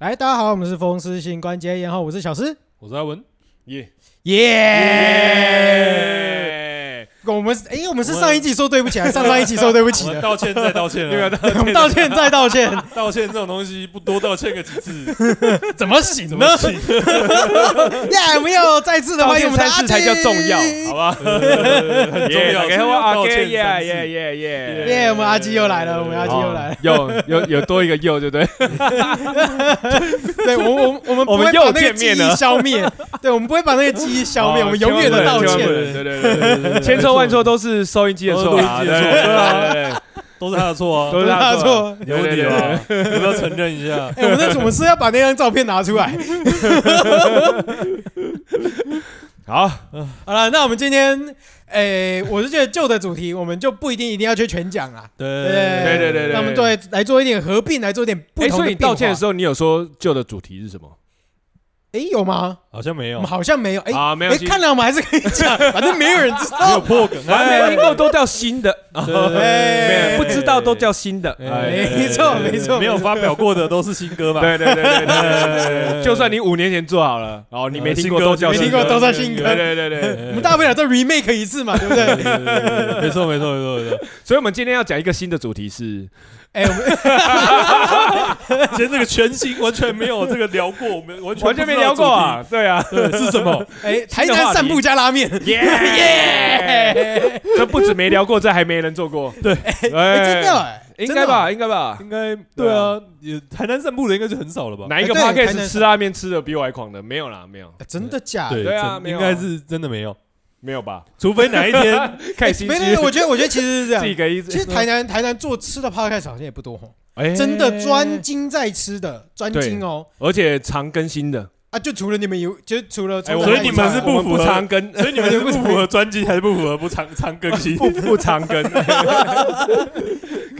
来，大家好，我们是风湿性关节炎后，我是小诗，我是阿文，耶！耶、我们是，哎、我们是上一季说对不起，还是上上一季说对不起我们的？道歉再道歉了，我 们道歉再道歉，道歉这种东西不多道歉个几次，怎么行怎呢？么行？呀，我们要再次的欢迎我们的阿道歉三次才叫重要好吧，很重耶，要，打给我阿道给歉耶三次耶耶耶！耶、我们阿基又来了，我们阿基又来了。又又有多一个又，对不对？对，我我 我们不我们会又把那个见记面忆了消灭，对，我们不会把那个记忆消灭，我们永远的道千万不歉。能对对对对，千错万错都是收音机的错啊，都是录音机的错对啊对啊，都是他的错啊，都是他大的错。错。有问题吧？要不要承认一 下？哎、我们那我们是要把那张照片拿出 来。好，好了，那我们今天，哎、我是觉得旧的主题，我们就不一定一定要去全讲啊啦。对对对对对那我们对来做一点合并，来做一点不哎，同所以的你道歉变的化时候，你有说旧的主题是什么？哎、有吗？好像没我有们，好像没有。哎、啊，没哎、有，看来我们还是可以 讲，反正没有人知没有道。破梗，反正没听过都叫新的， 对对对哎不知道都叫新的。哎哎没错没错没有发表过的都是新歌嘛，对对对对对对对，就算你五年前做好了，哦，你没听过都叫没新听歌过都算新歌对对对对。我们大不了再 remake 一次嘛，对不对？对对对对没错没错没错没错，所以我们今天要讲一个新的主题是，哎、我们以前这个全新完全没有这个聊过，我们完全完全没聊过啊， 对啊，不知道主题，对是什么？哎、台南散步加拉面。耶耶，耶！ 这不止没聊过，这还没人做 过，对哎哎真的、哎应该？吧，应该吧，应该对啊，也台南散步的应该是很少了吧？哪一个哎对台 podcast 南吃拉面吃的比我还狂的？没有啦，没有，真的,、真的假的？对对啊真没有应啊该是真的没有，没有 吧？除非哪一天看心没没没，机，我觉得我觉得其实是这自己样。给一其实直，台南台南做吃的 podcast 好像也不多吼，哎真的专，精在吃的专精哦而且常更新的，啊！就除了你们有，就除了哎，从台我所南以你们是不我符合常更，所以你们是不符合专辑还是不符合不常常更新？ 不不常更，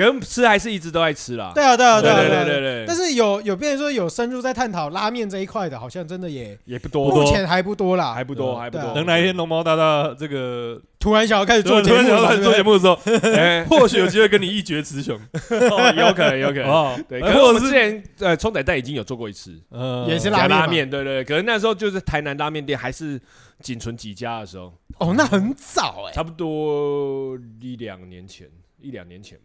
可能吃还是一直都在吃啦。对啊对啊对啊对对啊对对啊。对但是有有变成说有深入在探讨拉面这一块的，好像真的也也不多，目前啊还不多啦还。不多，还不多。等哪一天龙猫大大这个突然想要开始做节突然目想要了，开对始不做节对目的时候，哎， 或许有机会跟你一决雌雄， 哦有可能，有可能。哦，对，哎可是我或者们之是前呃冲仔蛋已经有做过一次呃也是加拉面啊嘛拉面，对对对，可能那时候就是台南拉面店还是仅存几家的时候，哦，那很早哎。差不多一两年前，一两年前吧。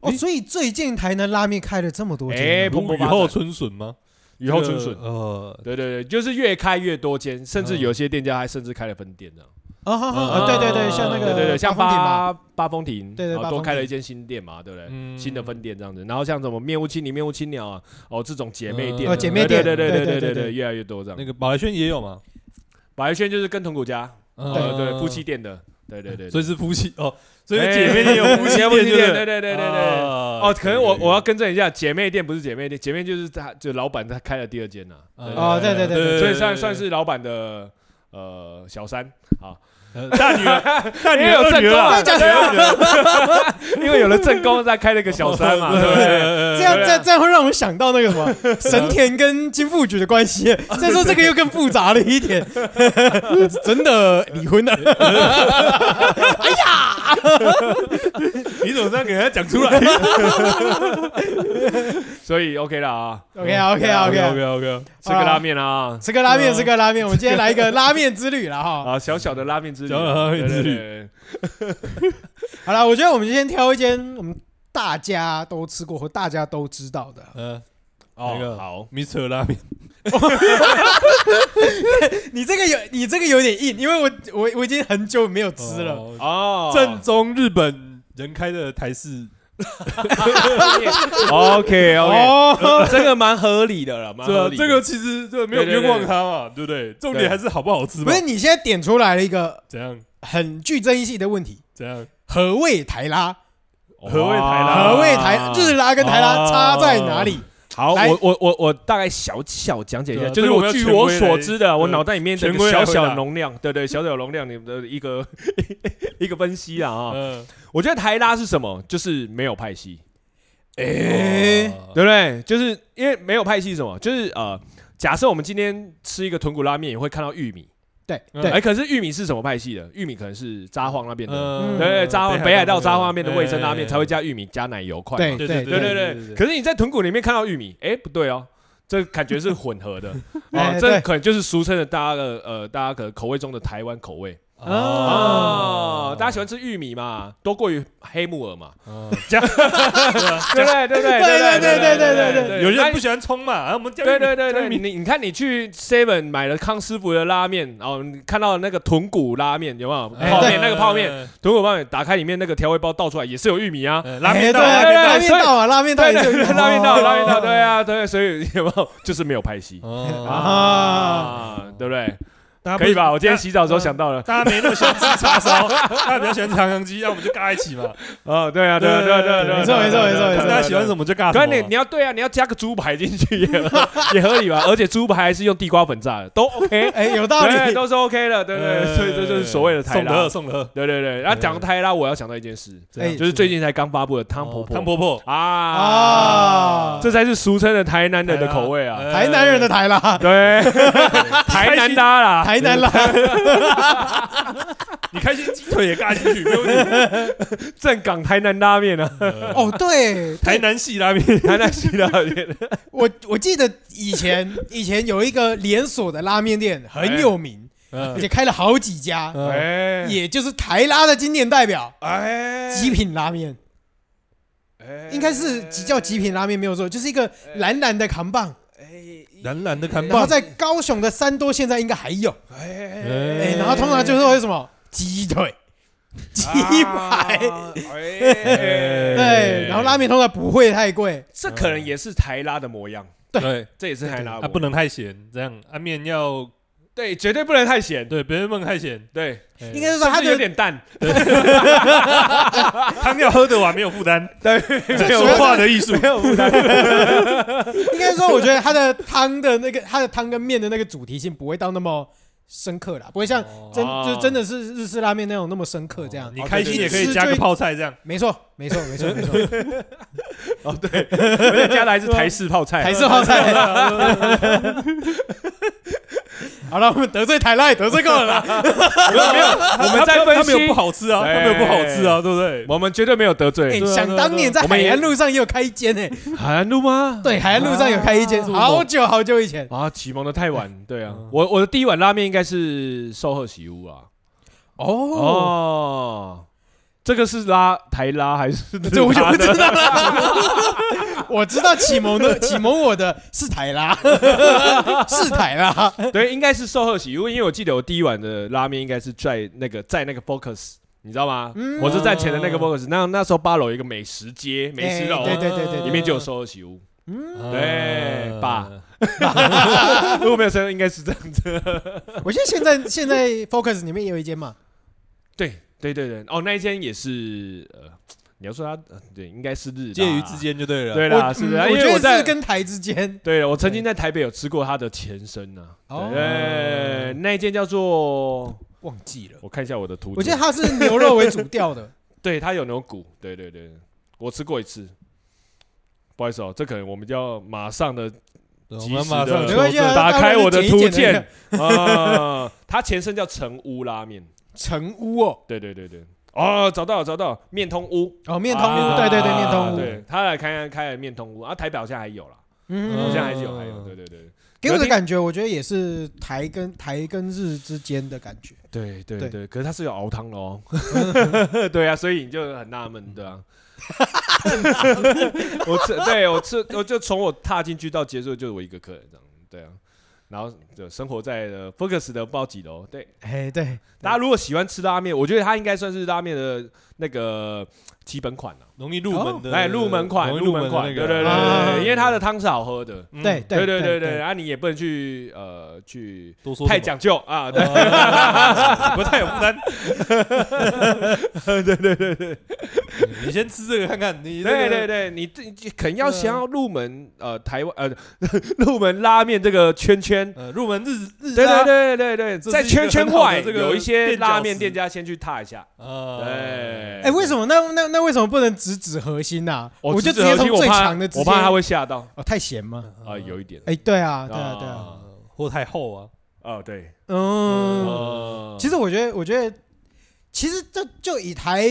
哦，所以最近台南拉面开了这么多间哎啊，蓬勃如雨发展后春笋吗？雨后春笋这，个呃，对对对，就是越开越多间，甚至有些店家还甚至开了分店这样。啊哦好好哦，嗯对对对，像那个对对对，像八方亭嘛八八风亭，对对然后八多风开了亭一间新店嘛，对不对？嗯新的分店这样子，然后像什么面屋青泥、面屋青鸟啊，哦，这种姐妹店嗯呃啊，姐妹店对对对对对对对对对，越来越多这样那。个宝来轩也有嘛？百元轩就是跟豚骨家，哦呃，呃对，夫妻店的，对对对，所对以是夫妻哦，所以姐妹店有夫妻哎店，夫妻对店，不对对对对对。哦哦，可能我我要更正一下，姐妹店不是姐妹店，姐妹就是他就老板他开了第二间啊呐，哦对对对对所以算算是老板的呃小三啊， 呃大女儿， 大女因为有儿，二正女儿宫啊，啊，大女对儿啊二女儿，啊 因为有了正宫，再开了个小三嘛，哦对不对？这样对啊这样这样会让我们想到那个什么神田跟金富举的关系，再说这个又更复杂了一点，真的离婚了。你怎么这样给人家讲出来 所以 OK 了啊， OK 啊 OK 啊 OK 啊， OK，吃个拉面啊，吃个拉面吃个拉面，我们今天来一个拉面之旅了哈。啊，小小的拉面之旅，小小的拉面之旅对，对对好了，我觉得我们先挑一间我们大家都吃过或大家都知道的。嗯那哦，个好， ，Mr 拉面，你这个有你这个有点硬，因为我我我已经很久没有吃了。哦，哦， 正宗日本人开的台式， OK OK，哦， 这个蛮合理的了，蛮这合理的。这个其实就没有对对对冤枉他嘛，对不对？重点还是好不好不吃嘛是，，你现在点出来了一个怎样很具争议性的问题：怎样，何谓台拉？何谓台拉啊何谓台日拉跟台拉哦啊差在哪里？好，来我我我我大概小小讲解一对下，啊就这是个我我要据权我威所来知的，我对脑袋里面的权威来小回小答容量，对对，小小容量你的一个 一个分析啊啊，嗯，我觉得台拉是什么？就是没有派系，诶、哦对不对？就是因为没有派系是什么？就是呃，假设我们今天吃一个豚骨拉面，也会看到玉米，对嗯对，哎，可是玉米是什么派系的？玉米可能是札幌那边呃的，嗯对对，札幌北海道札幌那边的卫生生拉面才会加玉米加奶油块嘛，对对对对对对对。可是你在豚骨里面看到玉米，哎，不对哦，这感觉是混合的哎哦，这对可能就是俗称的大家的呃，大家可能口味中的台湾口味哦哦，大家喜欢吃玉米嘛，多过于黑木耳嘛，哦这样对不对？对对不对？对对对对对对有些人不喜欢葱嘛，啊，我们加玉米对对对加对，玉你米你你看，你去 Seven 买了康师傅的拉面，然后你看到那个豚骨拉面有没有？哎泡面对那个泡面，呃豚骨泡面，打开里面那个调味包倒出来也是有玉米啊，呃拉面到哎拉对面到拉面对所以到啊，拉面到对也是有对对，一个拉面道拉面道，哦对啊对，所以有没有就是没有拍戏哦啊，对不对？大家不可以吧？我今天大洗澡的时候想到了，大家没那么喜欢吃叉烧，大家比较喜欢吃长阳鸡，那我们就尬一起嘛。哦，对啊对啊对啊对啊对啊，没错没错没错没错看大家喜欢什么就尬什可么。是你你要对啊，你要加个猪排进去也也合 理吧？而且猪排还是用地瓜粉炸的，都 OK，哎，有道理，对，都是 OK 的，对对对，呃所以这就是所谓的台送拉的。送的，对对对，然后讲台拉，我要想到一件事，哎就是最近才刚发布的汤婆哦婆，汤婆婆啊，啊，这才是俗称的台南人的口味啊。台哎南人的台啦，对，啊台南搭啦，台南啦，你开心鸡腿也尬进去，没有问题。正港台南拉面啊，哦，对，台南系拉面，台南西拉面，我我记得以前以前有一个连锁的拉面店很有名，而且开了好几家，呃嗯哎也就是台拉的经典代表哎极品拉面，应该是极叫极品拉面没有错，就是一个蓝蓝的扛棒，蓝蓝的看然棒，后在高雄的三多现在应该还有，哎，哎然后通常就是会什么鸡腿、鸡排，哎对，然后拉面通常不会太贵，这可能也是台拉的模样，对，这也是台拉的模啊样，不能太咸，这样啊面要对，绝对不能太咸，对别人不能太咸，对，哎应该是说甚它至有的点淡，汤要喝得完没有负 担，这主说要话是的艺术，没有负担，应该说，我觉得它的汤的那个它的汤跟面的那个主题性不会到那么深刻啦，不会像真哦就真的是日式拉面那种那么深刻这哦样。哦你开心也可以加个泡菜这样，没错，没错，没错，没错，哦对，我们加的还是台式泡菜，台式泡菜。 好了，我们得罪台赖得罪够了啦。没有，没有，我们在他分没有不析，好吃啊，他没有不好吃啊，对不对？我们绝哎对没有得哎罪，想当年在我们海也岸路上也有开一间哎诶，海岸路吗？ 对，海岸路上有开一间，啊好久好久以前。啊，启蒙的太晚，对啊嗯，我我的第一碗拉面应该是寿贺喜屋啊，哦，哦，这个是拉台拉还是这我就拉不的知道了。 我知道启蒙 的启蒙我的是台 拉，是台拉。 对，应该是寿贺喜屋，因为我记得我第一碗的拉面应该是在那个在那个 Focus。你知道吗？嗯火车站前的那个 Focus，那那时候八楼有一个美食街，美食楼啊哎对对对对对里面就有寿贺 喜屋。嗯对爸如果没有声，应该是这样子。我觉得现在现在 Focus 里面也有一间嘛，对对对对，哦，那一间也是呃，你要说它呃对，应该是日介于啦之，间就对了，对我啦，是嗯的，我因为觉得在是跟台之间对，我曾经在台北有吃过它的前身呐，哦对，那一间叫做忘记了。我看一下我的图，啊我记得它是牛肉为主调的， 对它有牛骨，对对对，我吃过一次。不好意思哦，这可能我们就要马上的对我及们时马上的没关系啊打开我的图大家鉴 啊，它前身叫成屋拉面，成屋哦，对对对对，哦，找到了找到了面通屋，哦面通屋，啊对对对面通屋，对他来开开了面通屋啊，台北好像还有啦，好嗯，像还是有嗯还有，对对对给我的感觉，我觉得也是台跟台跟日之间的感觉。对对对对，可是他是有熬汤的哦，对啊，所以你就很纳闷，对啊。我吃，对我吃，我就从我踏进去到结束就我一个客人这样，对啊，然后就生活在呃 Focus 的不知道几楼，对，哎，对，大家如果喜欢吃拉面，我觉得它应该算是拉面的那个基本款了，容易入门哦的，哎，入门款，容易入入门的门那款，对个对对对，啊对因为它的汤是好喝的，嗯对对对对对，，啊，你也不能去呃去多说太什么讲究啊，对哦不太有负担。对对对对，你先吃这个看看。你对嗯对，对对，你这你可能要想要入门呃台湾呃 入门拉面这个圈圈，呃，入门日日对对拉对对对，这是在一个圈圈很好的外这个有一些垫脚拉面石店家先去踏一下，啊对，哎，为什么那那那为什么不能直指核心呐？哦？我就直直接接听从最强的直我接，怕他会吓到哦太咸吗？啊，有一点哎，对啊，对啊，啊对啊，啊，或太厚啊，啊，对，嗯。呃其实我觉得，我觉得，其实这就以台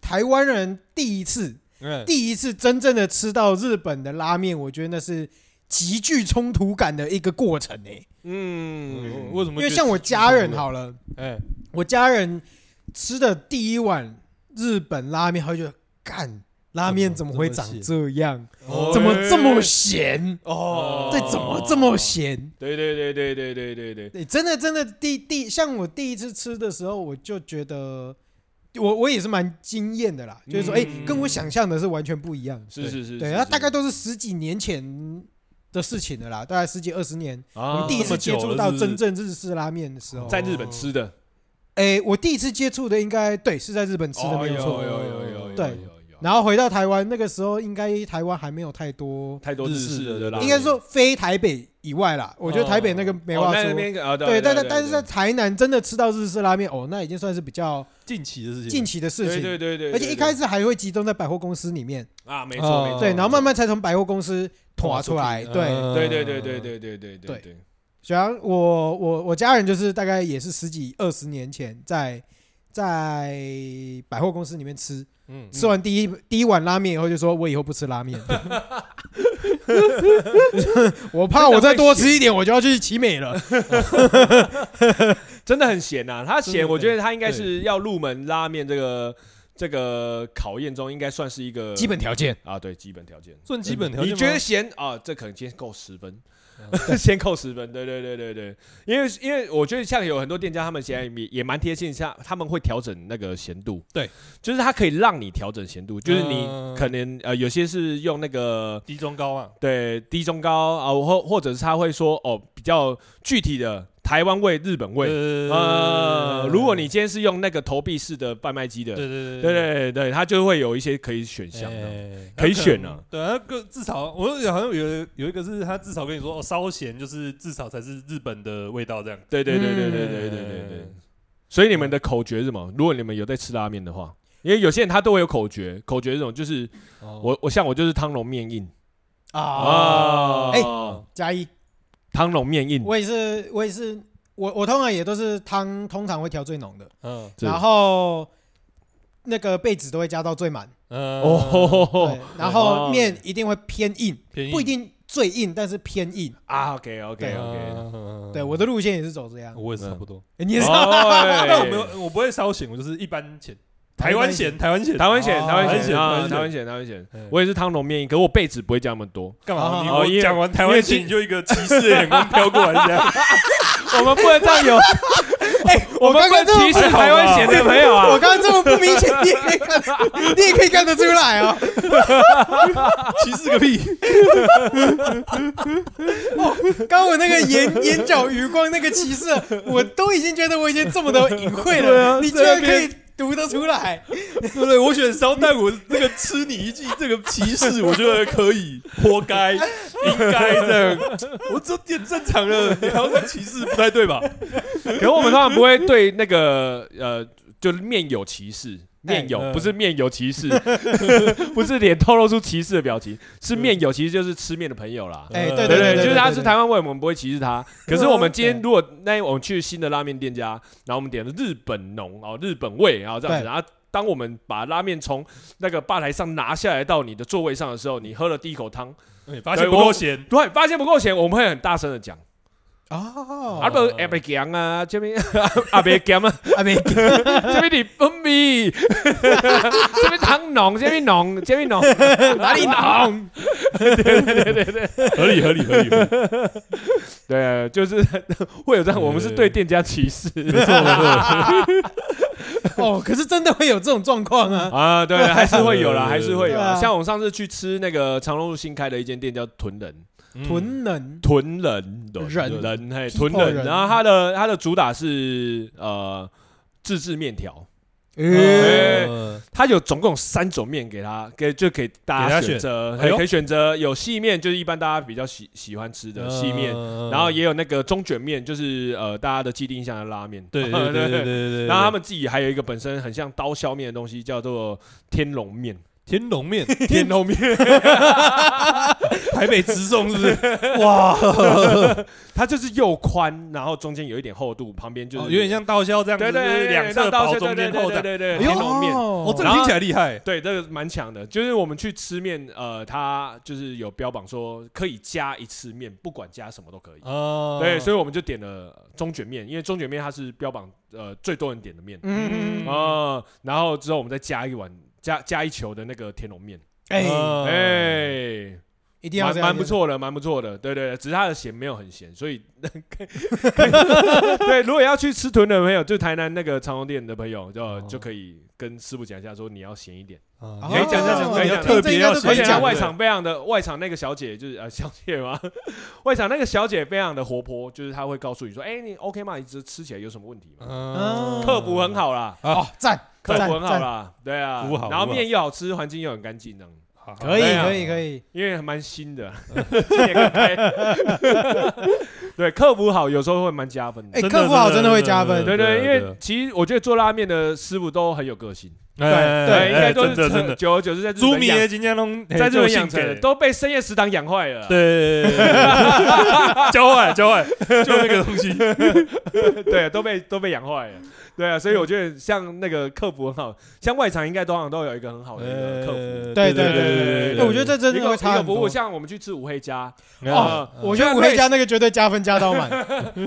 台湾人第一次嗯，第一次真正的吃到日本的拉面，我觉得那是极具冲突感的一个过程欸诶、嗯嗯，为什因么觉得？为像我家人好了，哎，我家人吃的第一碗日本拉面，他就觉得干拉面怎么会长这样？哦怎么这么咸？哦，对，哎怎么这么咸？对对对对对对对对，对，真的真的第第像我第一次吃的时候，我就觉得我我也是蛮惊艳的啦，就是说，哎，跟我想象的是完全不一样的。嗯是是是，对，啊是那是大概都是十几年前的事情了啦，大概十几二十年。啊我第一这次么久接了触到是不是真正日式拉面的时候，在日本吃的，哎，我第一次接触的应该对是在日本吃的，没有错。哦有有有有有，对有有然后回到台湾，那个时候应该台湾还没有太多，太多日式的拉应面，该说非台北以外啦。我觉得台北那个没话哦那那说。边啊，对，但对但但是在台南真的吃到日式拉面，哦，那已经算是比较近期的事情，近期的事对情。对对对，而且一对开对始还会集中在百货公司里面，啊，没错没错，对，然后慢慢，慢才从百货公司拖出来。对，嗯对对对对对对对对对，主要我我我家人就是大概也是十几二十年前在在百货公司里面吃，嗯，吃完第一第一碗拉面以后，就说我以后不吃拉面，我怕我再多吃一点，我就要去奇美了。真的很咸呐、它真咸，的我觉得它应该是要入门拉面这个这个考验中，应该算是一个基本条件，啊，对基本条件。算基本条件你吗觉得咸啊？这可能今天扣十分， 先扣十分。对对对对对，因为因为我觉得像有很多店家，他们现在也也蛮贴近，像他们会调整那个咸度。对，就是它可以让你调整咸度，就是你嗯可能呃有些是用那个低中高啊？对低中高啊，或或者是他会说哦比较具体的台湾味、日本味。呃，如果你今天是用那个投币式的贩卖机的，对对对对对对对，它就会有一些可以选项的。哎可以选啊。对，他个至少我好像有有一个是他至少跟你说哦，烧咸就是至少才是日本的味道这样。哎对对对对对嗯对对对对。所以你们的口诀是什么？如果你们有在吃拉面的话，因为有些人他都会有口诀，口诀这种就是哦哦我我像我就是汤龙面印啊！啊，哎嗯哎，加一，汤龙面印，我也是，我也是，我我通常也都是汤，通常会调最浓的，嗯是然后那个被子都会加到最满，嗯哦吼吼吼 对，然后面一定会偏硬，嗯便宜不一定最硬，但是偏硬。啊，OK OK 嗯呃 OK，嗯 OK 对，我的路线也是走这样，哦我也是差不嗯多。诶你也是哦 但我没有，我不会烧咸，我就是一般咸，台湾咸，台湾咸， 台湾险，哦台湾险台湾险啊，台台湾湾险，台湾险嗯。我也是汤龙面印，可是我被子不会加那 么多。干嘛？哦你哦因为我讲完台因为湾咸，今你就一个歧视的眼光飘过来，这 样我们不能这 样有，哎， 我们不能我刚刚歧视台湾险的朋友我啊。刚刚这么不明显，你也可以看得，你也可以看得出来哦。歧视个屁！刚刚我那个眼眼角余光那个歧视，我都已经觉得我已经这么的隐晦对了，啊你居然在那可边以读得出来。哦对不对？我选烧蛋，我这个吃你一记，这 个歧视，我觉得可以，活该，应该这样。 我这点正常 了，你还要说歧视，不太对吧？可是我们通常不会对那个呃，就是面有歧视，面有、嗯不是面有歧视， 不是脸透露出歧视的表情，嗯是面有歧视就是吃面的朋友啦。哎，呃对对对就是他他是台湾味，我们不会歧 视他。可是我们今天对如果那我们去新的拉面店家，然后我们点了日本浓哦，日本味，然后这样子，对然后当我们把拉面从那个吧台上拿下来到你的座位上的时候，你喝了第一口汤， 哎发现不够咸，对，发现不够咸，我们会很大声的讲，哦阿伯阿伯强啊，这边 阿伯强啊。 啊没这边你分米， 这边汤浓，这边浓，这边浓， 哪里浓？合理合理合理，对，就是会有这样，我们是对店家歧视没错没错。哦，可是真的会有这种状 况啊。啊，对，还是会有啦，对还是会有对啦。啊像我们上次去吃那个长隆路新开的一间店叫屯人，嗯嗯臀能屯人人人嘿， People 屯人，人然后它的它的主打是呃自制面条，嗯嗯诶哎它有总共三种面给他，给就给大给家他选选择，哎呦可以选择有细面，就是一般大家比较喜喜欢吃嗯的细面。然后也有那个中卷面，就是呃大家的既定印象的拉面。 对 对对对对对，然后他们自己还有一个本身很像刀削面的东西，叫做天龙面。 天龙面，天后面，台北直送是不是？ 哇，它就是又宽，然后中间有一点厚度，旁边就是、哦有点像刀削这样，对对就对是对两侧到薄中间厚对的。对对哎对，呦天龙面。哦，这这个听起来厉害。对，这个蛮强的。就是我们去吃面，呃，它就是有标榜说可以加一次面，不管加什么都可以。哦，对，所以以我们就点了中卷面，因为中卷面它是标榜呃最多人点的面啊、嗯，然后之后我们再加一碗，加加一球的那个天龙面，哎，哦哎、一定要蛮这样蛮不，错的，蛮不错的，对对对，只是它的咸没有很咸，所以 对，如果要去吃豚的朋友，就台南那个长荣店的朋友，就、哦就可以跟师傅讲一下，说你要咸一点。哦可以讲一下，可以讲特别要可而以且讲的她外哦场非常的外场那个小姐就是呃小姐嘛， 外场那个小姐非常的活泼，就是她会告诉你说，哎、你 OK 吗？你只是吃起来有什么问题吗？哦嗯客服很好啦，哦，赞，客赞服很好啦，对啊服务好，然后服务好面又好吃，环境又很干净这样。好，可哎以对啊可以可以，因为还蛮新的，啊 今年刚开。 对，客服好，有时候会蛮加分的。哎，真的客服好真的会真的加分真，的对对，因对为其实我觉得做拉面的师傅都很有个性，哎对哎应该都是真的真的。久而久之在日朱本米哎养的今天弄在日本养成的，的，都被深夜食堂养坏了。啊对，交换交换，就那个东 西， 哎对，都被都被养坏了。对啊，所以我觉得像那个客服很好，像外场应该通常都有一个很好的一哦个哎客服。对对对对对对哎我觉得这真一的个会一差个很服务，多。像我们去吃五黑家，哦呃我觉得五黑家那个绝对加分加到满，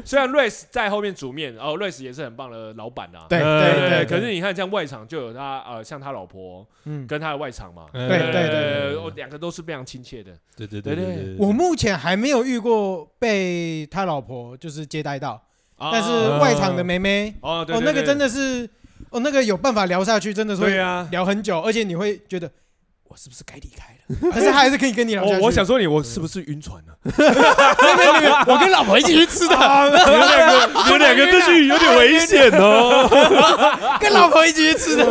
虽然 Race 在后面煮面，哦，Race 也是很棒的老板啊。对对对，可是你看，像外场就有他呃，像他老婆嗯，跟他的外场嘛，对对对呃我两个都是非常亲切的。对对对对，我目前还没有遇过被他老婆就是接待到，啊但是外场的妹妹，哦，对哦，那个真的的是，哦，那个有办法聊下去，真的是对会啊。聊很久，而且你会觉得我是不是该离开了？ 但是他还是可以跟你聊下去。嗯我我想说你，我是不是晕船 了？我跟老婆一起去吃的，啊你 们两个，你们两个这句 有点危险哦。 跟老婆一起去吃的，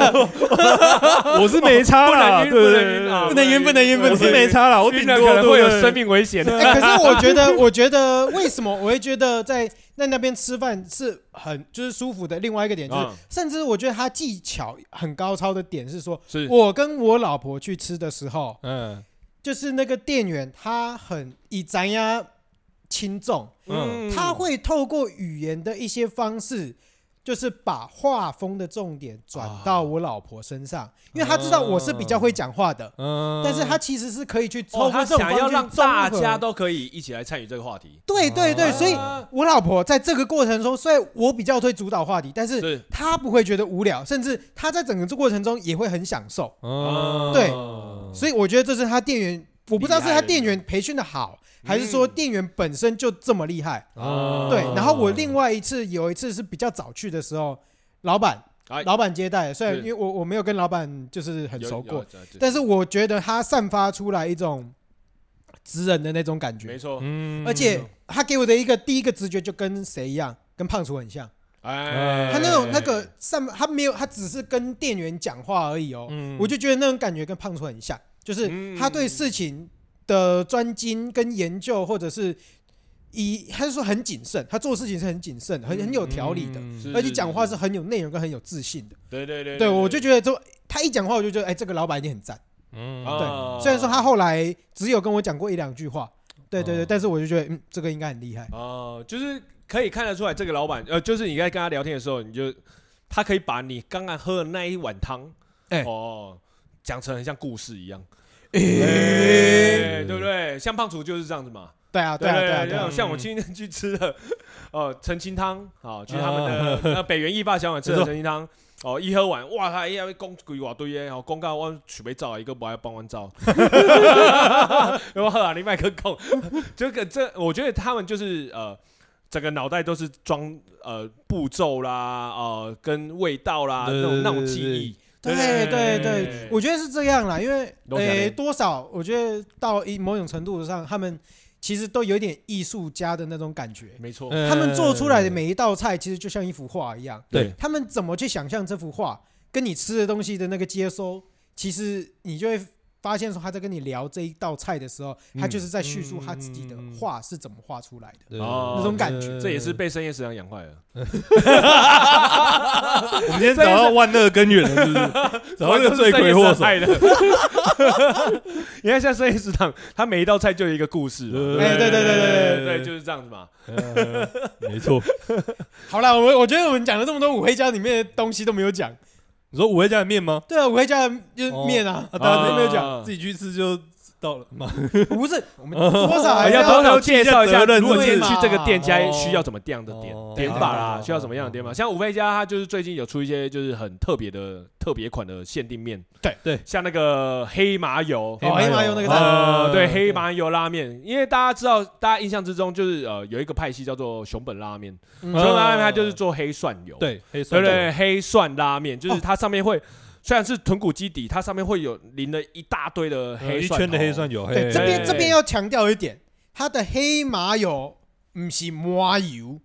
我是没差不啦，能对晕，不对能对晕啊！不能晕不能晕不能我晕是没差啦，我顶晕了多可能会有对生命危险。哎、可是我觉得， 我觉得为什么我会觉得在在那边吃饭是很就是舒服的？另外一个点就是，嗯甚至我觉得他技巧很高超的点是说，是我跟我老婆去吃的时候，嗯就是那个店员他很以咱呀轻重，嗯他会透过语言的一些方式。就是把画风的重点转到我老婆身上，啊因为他知道我是比较会讲话的，嗯但是他其实是可以去透过哦，他这种想要方式让大综合家都可以一起来参与这个话题，对对对，啊所以我老婆在这个过程中，虽然我比较会主导话题，但是是她不会觉得无聊，甚至她在整个这过程中也会很享受。嗯对嗯所以我觉得这是她店员，我不知道是厉害她的店地员培训的好，还是说店员本身就这么厉害。嗯哦对，然后我另外一次有一次是比较早去的时候，老板哎，老板接待，虽然是因为我我没有跟老板就是很熟过，，但但是我觉得他散发出来一种直人的那种感没觉，错，嗯而且他给我的一个第一个直觉就跟谁一样，跟胖厨很像。哎，他那种那个上，他没有，他只是跟店员讲话而已哦。嗯我就觉得那种感觉跟胖厨很像，就是他对事情的专精跟研究，或者是以他是说很谨慎，他做事情是很谨慎的，很很有条理的，嗯是而且讲话是很有内容跟很有自信的。对对对，对，我就觉得就他一讲话，我就觉得哎，这个老板一定很赞。嗯啊哦对，虽然说他后来只有跟我讲过一两句话，对对对，哦但是我就觉得嗯，这个应该很厉害。哦，就是可以看得出来，这个老板，呃，就是你在跟他聊天的时候，你就他可以把你刚刚喝的那一碗汤，哎哦，讲成很像故事一样，哎对哎对不对？像胖厨就是这样子嘛，啊，对对啊，对啊，对对啊，像嗯像我今天去吃的，哦，澄清汤，哦，去他们的那北园义发小馆吃啊的没错澄清汤。哦，一喝完，哇，他一下公鬼瓦堆耶，哦，公告我取杯照，一个不爱帮完 照，然后啊，你麦克控，这个这，我觉得他们就是呃，整个脑袋都是装呃步骤啦，呃，跟味道啦对那种那种对对记对忆，对对对，我觉得是这样啦，因为都是这样诶、多少我觉得到一某种程度上，他们其实都有点艺术家的那种感觉。没嗯错，呃他们做出来的每一道菜，其实就像一幅画一样。对他们怎么去想象这幅画，跟你吃的东西的那个接收，其实你就会发现说他在跟你聊这一道菜的时候，他就是在叙述他自己的嗯嗯嗯嗯画是怎么画出来的。对哦那种感觉这也是被深夜食堂养坏了。我们今天找到万恶根源了，是不是？找到那个罪魁祸首。害的。 你看，像深夜食堂，它每一道菜就有一个故事嘛。哎对对对对对，就是这样子嘛。对， 没错。好啦，我我觉得我们讲了这么多五黑家里面的东西都没有讲。你说五味家的面吗？对啊，五黑家的就是面啊，啊，大家啊都没有讲，自己去吃就到了嘛。不是我们多少还哎是呀哦要要多多少少介绍介绍一一下，下如果如果你是你去去这这个个店店家家需需要要怎么点的点哦点法啦，对需要怎么样的点法。像五味家，它就是最近有出一些就是很特别的特别款的限定面，对对像那个黑麻油。哦黑麻油那个哦菜，呃，对，对黑麻油拉面，因为大家知道，大家印象之中就是呃，有一个派系叫做熊本拉面，熊嗯本拉面它就是做黑蒜油，啊对，对黑蒜不对对，黑蒜拉面哦就是它上面会虽然是豚骨基底，它上面会有淋了一大堆的黑呃一蒜圈的头黑蒜油。对，嘿这边哎这边要强调一点，它的黑麻油不是麻油，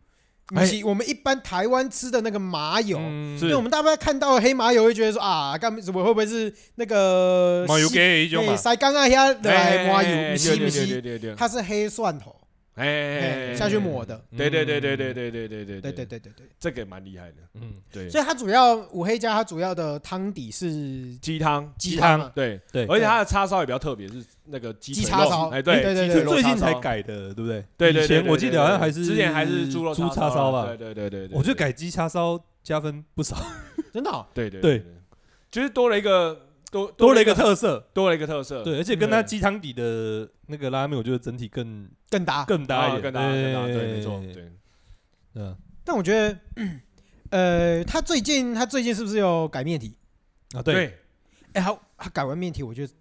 哎不是我们一般台湾吃的那个麻油。嗯是因为我们大概看到黑麻油，会觉得说啊，干什么会不会是那个麻油西给一种嘛对，，塞刚啊遐来抹油，哎不是对不对对是，对对，它是黑蒜头，哎哎，下去抹的，嗯对对对对对，对对对对对对，对对对，这个蛮厉害的。嗯，对，所以它主要五黑家它主要的汤底是鸡汤，鸡汤啊嘛，对对而且它的叉烧也比较特别，是那个鸡鸡腿叉肉烧，哎，对对，对是对肉对，最近叉才烧改的，对不对？对以对对，前我记得好像还是之前还是猪肉猪叉叉烧啦吧。对对对对，我觉对得改鸡叉烧加分 不少，真的哦，对对对，就是多了一个多多了一个，特色。多了一个特色，嗯对，而且跟它对鸡汤底的那个拉面，我觉得整体更更搭。更搭啊，一点，更大更大，对，哎没错，，对，嗯，但我觉得， 呃，他最近他最近是不是有改面体？啊，对，，哎，他他改完面体，我觉得，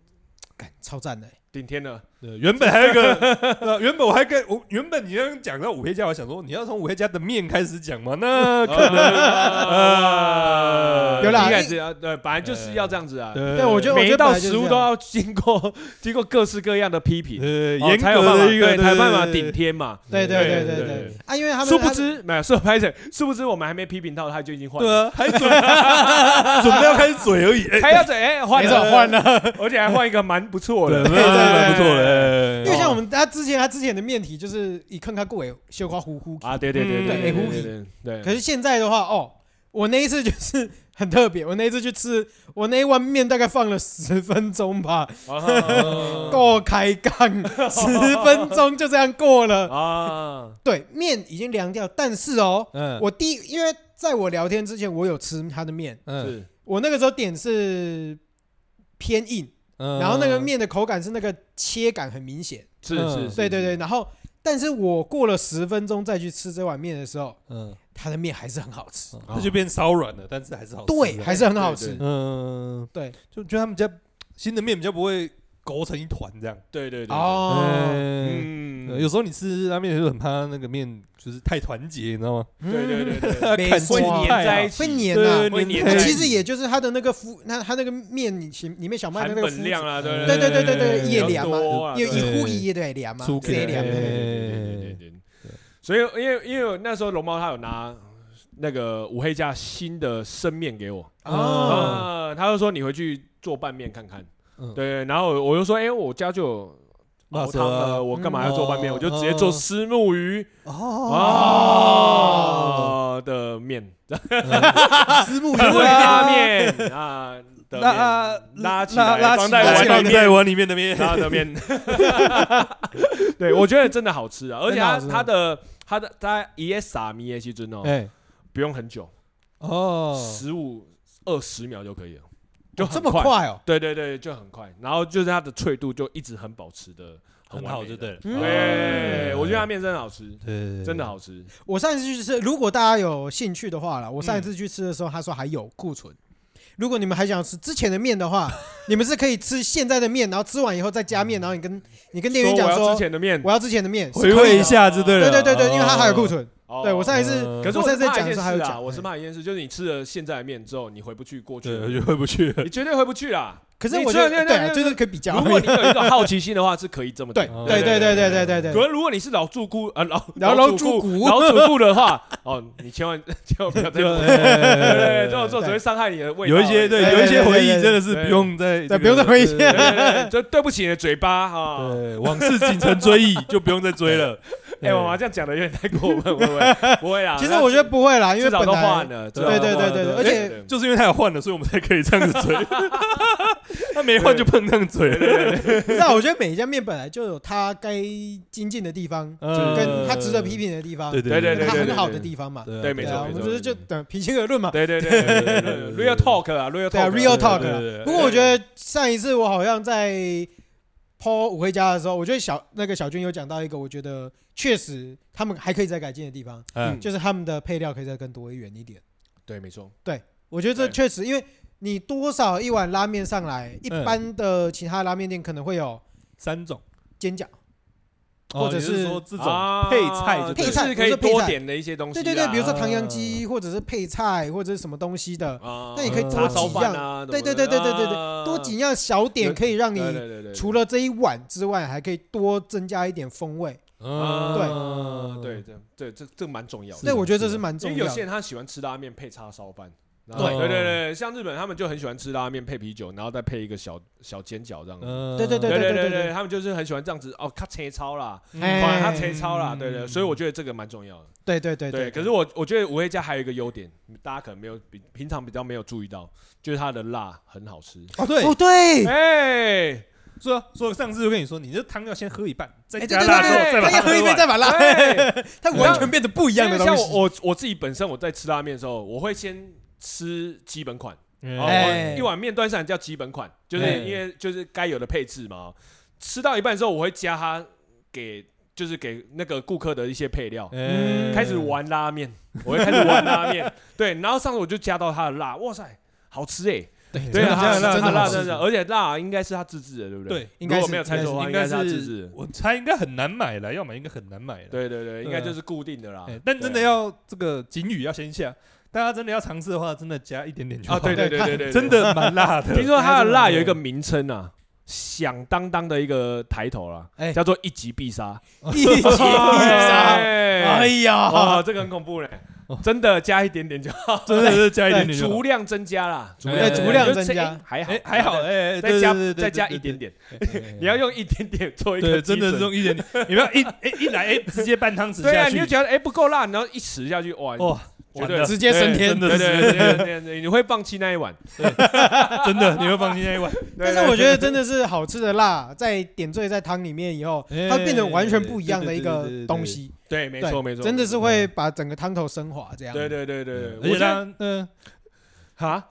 干超赞的欸。顶 天了，对，原本还有一个，呃，原本我还跟我原本你刚刚讲到五黑家，我想说你要从五黑家的面开始讲吗？那嗯哦可 呃呃有啦一开始要对，本来就是要这样子啊。对对，我觉得我每觉一得本道来就是食这物样都要经过经过各式各样的批评，呃哦严才有格办法的一个对才有办法顶，天嘛。对对对对对对对对啊，因为他们殊不他们知没有，殊拍成，殊不知我们还没批评到他就已经换对了，啊，还准准备要开始嘴而已，哎啊还要怎哎换没错了换了，而且还换一个蛮不错对，的，蛮蛮不错的，哎因为哦像我们他之前他之前的面体就是以坑他过尾绣花糊糊，啊，对对对对对嗯对哎对呼对对，可是现在的话，哦，我那一次就是很特别，我那一次去吃，我那一碗面大概放了十分钟吧，啊够开 杠，十分钟就这样过了。啊，对，面已经凉掉，但是哦，嗯我第一因为在我聊天之前，我有吃他的面，嗯是我那个时候点是偏硬，嗯然后那个面的口感是那个切感很明显，是嗯是，是对对对，，然后但是我过了十分钟再去吃这碗面的时候，嗯，它的面还是很好吃，嗯它就变稍软了，但是还是好吃，对，还是很好对吃对，嗯，对，就觉得他们家新的面比较不会勾成一团这样，对对对，哦，对，嗯。呃嗯有，时候你吃拉面的时候很怕那个面就是太团结，你知道吗？对对对对，没看错起来会粘在一起，会对黏对呐。会对黏黏在它一在起其实也就是它的那个敷，那它那个面里其里面小麦含的那个本麸量质，啊，对对对对对对对，也比较凉嘛多啊，有对一户一也得凉嘛，猪谁给凉对的对哎对对对对对。所以，因为因为那时候龙猫他有拿那个五黑家新的生面给我，哦，啊，他就说你回去做拌面看看。嗯对，然后我就说，哎，我家就有辣熬蛇汤啊了，我干嘛要做拌面？嗯我就直接做虱目鱼啊哦，的面，私募虱目鱼对啊拉面啊的拉面拉起拉来拉装起来在碗放里面在。碗里面的面，他的面，对我觉得真的好吃啊，而且它真的好吃它的它的它也撒米耶西尊哦，哎不用很久，哦，十五二十秒就可以了，就这很么快哦，对对对，就很快，然后就是它的脆度就一直很保持的很完好美就的对了，嗯对，我觉得它面真的好吃，对真的，好吃，我上一次去吃，如果大家有兴趣的话啦，我上嗯一次去吃的时候，他说还有库存。如果你们还想吃之前的面的话，你们是可以吃现在的面，然后吃完以后再加面，然后你跟你跟店员嗯说讲我要说之前的面，我要之前的面，回是可以味的一下就对了，对对对对，因为他还有库存。哦对我上一次嗯可是我是上次怕讲一件的时候还有事啊，讲哎我是怕一件事，就是你吃了现在的面之后，你回不去过去对了，就回不去了， 你绝对回不去啦，可是你我觉这得这对这啊，就是可以比较如。果你嗯有一个好奇心的话，是可以这么对做对对对对对对对可是如果你是老主顾啊老 老老老主顾顾老主顾的话，哦，你千万 千万不要再对做，对对 对对，对这种做只会伤害你的味道而有一已。些对，对有一些对对回忆对真的是对不用再这对个不用再回忆对对对对，就对不起你的嘴巴啊！对往事仅存追忆，就不用再追了。哎，妈妈这样讲的有点太过分，会不会？ 不会啦，其实我觉得不会啦，因为啊至少本都来换了，对对至对少都换对对了对，对而且对 就是因为他有换了，所以我们才可以这样子追。他没换就碰上嘴了，那我觉得每一家面本来就有它该精进的地方，嗯跟它值得批评的地方，对对对跟它对很好的地方嘛。对对对没啊，错我没们错只是就等平心而论嘛。对对对对对对对，real talk 啊，real 对啊 talk， ，real 对 talk 对对啦对。不过我觉得上一次我好像在抛舞会家的时候，我觉得小那个小军有讲到一个，我觉得确实他们还可以再改进的地方，嗯就是他们的配料可以再更多元一点。对，没错，我觉得这对确实，因为你多少一碗拉面上来，一嗯般的其他拉面店可能会有三种，煎饺。哦或者你是是说这种啊配菜就对配了，菜就是我可以说配多菜点的一些嗯东西对啦。对对，比如说啊唐扬鸡或者是配菜或者是什么东西的，啊那你可以多叉烧几饭样，啊，对什么对的对对对对啊多几样小点可以让对你对对对除了这一碗之外，还可以多增加一点风味。嗯啊对这对这这蛮重要是对，的，我觉得这是是蛮因重为要有些的。人他喜欢吃拉面配叉烧饭。然对后对对对，像日本他们就很喜欢吃拉面配啤酒，然后再配一个小小煎饺这样子。嗯对对对对对对对他们就是很喜欢这样子哦，他切超啦，哎反正他切超啦，对对，嗯所以我觉得这个蛮重要的。对对对对，可是我我觉得五味家还有一个优点，大家可能没有平平常比较没有注意到，就是它的辣很好吃。哦对哦，对，哎，所以啊所以上次就跟你说，你这汤要先喝一半，再哎加辣之后对对对再把他它要喝一杯再把拉，对它完全变得不一样的哎因为东像西。我我我自己本身我在吃拉面的时候，我会先吃基本款，嗯哦哎一碗面端上来叫基本款，就是哎因为就是该有的配置嘛。吃到一半的时候，我会加它给就是给那个顾客的一些配料，哎嗯开始玩拉面，我会开始玩拉 面。对，然后上次我就加到它的辣，哇塞，好吃哎、对对真的它好啊，吃辣真它的辣好真的，吃。而且辣应该是他自制的，对不对？对，应该是如果没有猜错的话，应该该是他自是制。我猜应该很难买了，要买应该很难买了。对对对，应该就是固定的啦哎，。但真啊的对要这个警语要先下，大家真的要尝试的话，真的加一点点就好啊，对对对对对，真的蛮辣的。听说它的辣有一个名称啊，响当当的一个抬头啦哎，叫做一击必杀。一起必杀，哎 哎，呀，哦，这个很恐怖嘞，真的加一点点就好，真的是加一点点就 好足。量增加啦，足增哎加足量就是增加哎还好哎，还好，哎，哎再加对对对对再加一对对点点，对对对你要 用一点点做一个对，真的基是准用一点点，你不要一哎一来哎直接半汤匙对啊，下你去哦就，觉得哎不够辣，然后一吃下去，哇，哇，绝对直接升天真。对的是对对对对，你会放弃那一碗。 真的，你会放心那 一碗。但是我觉得真的是好吃的辣，在点缀在汤里面以后，哎它变成完全不一样的一对对对对个对东西。对，没错对没错，真的是会把整个汤头升华这样。对。对对对而对，我觉且得它嗯，哈，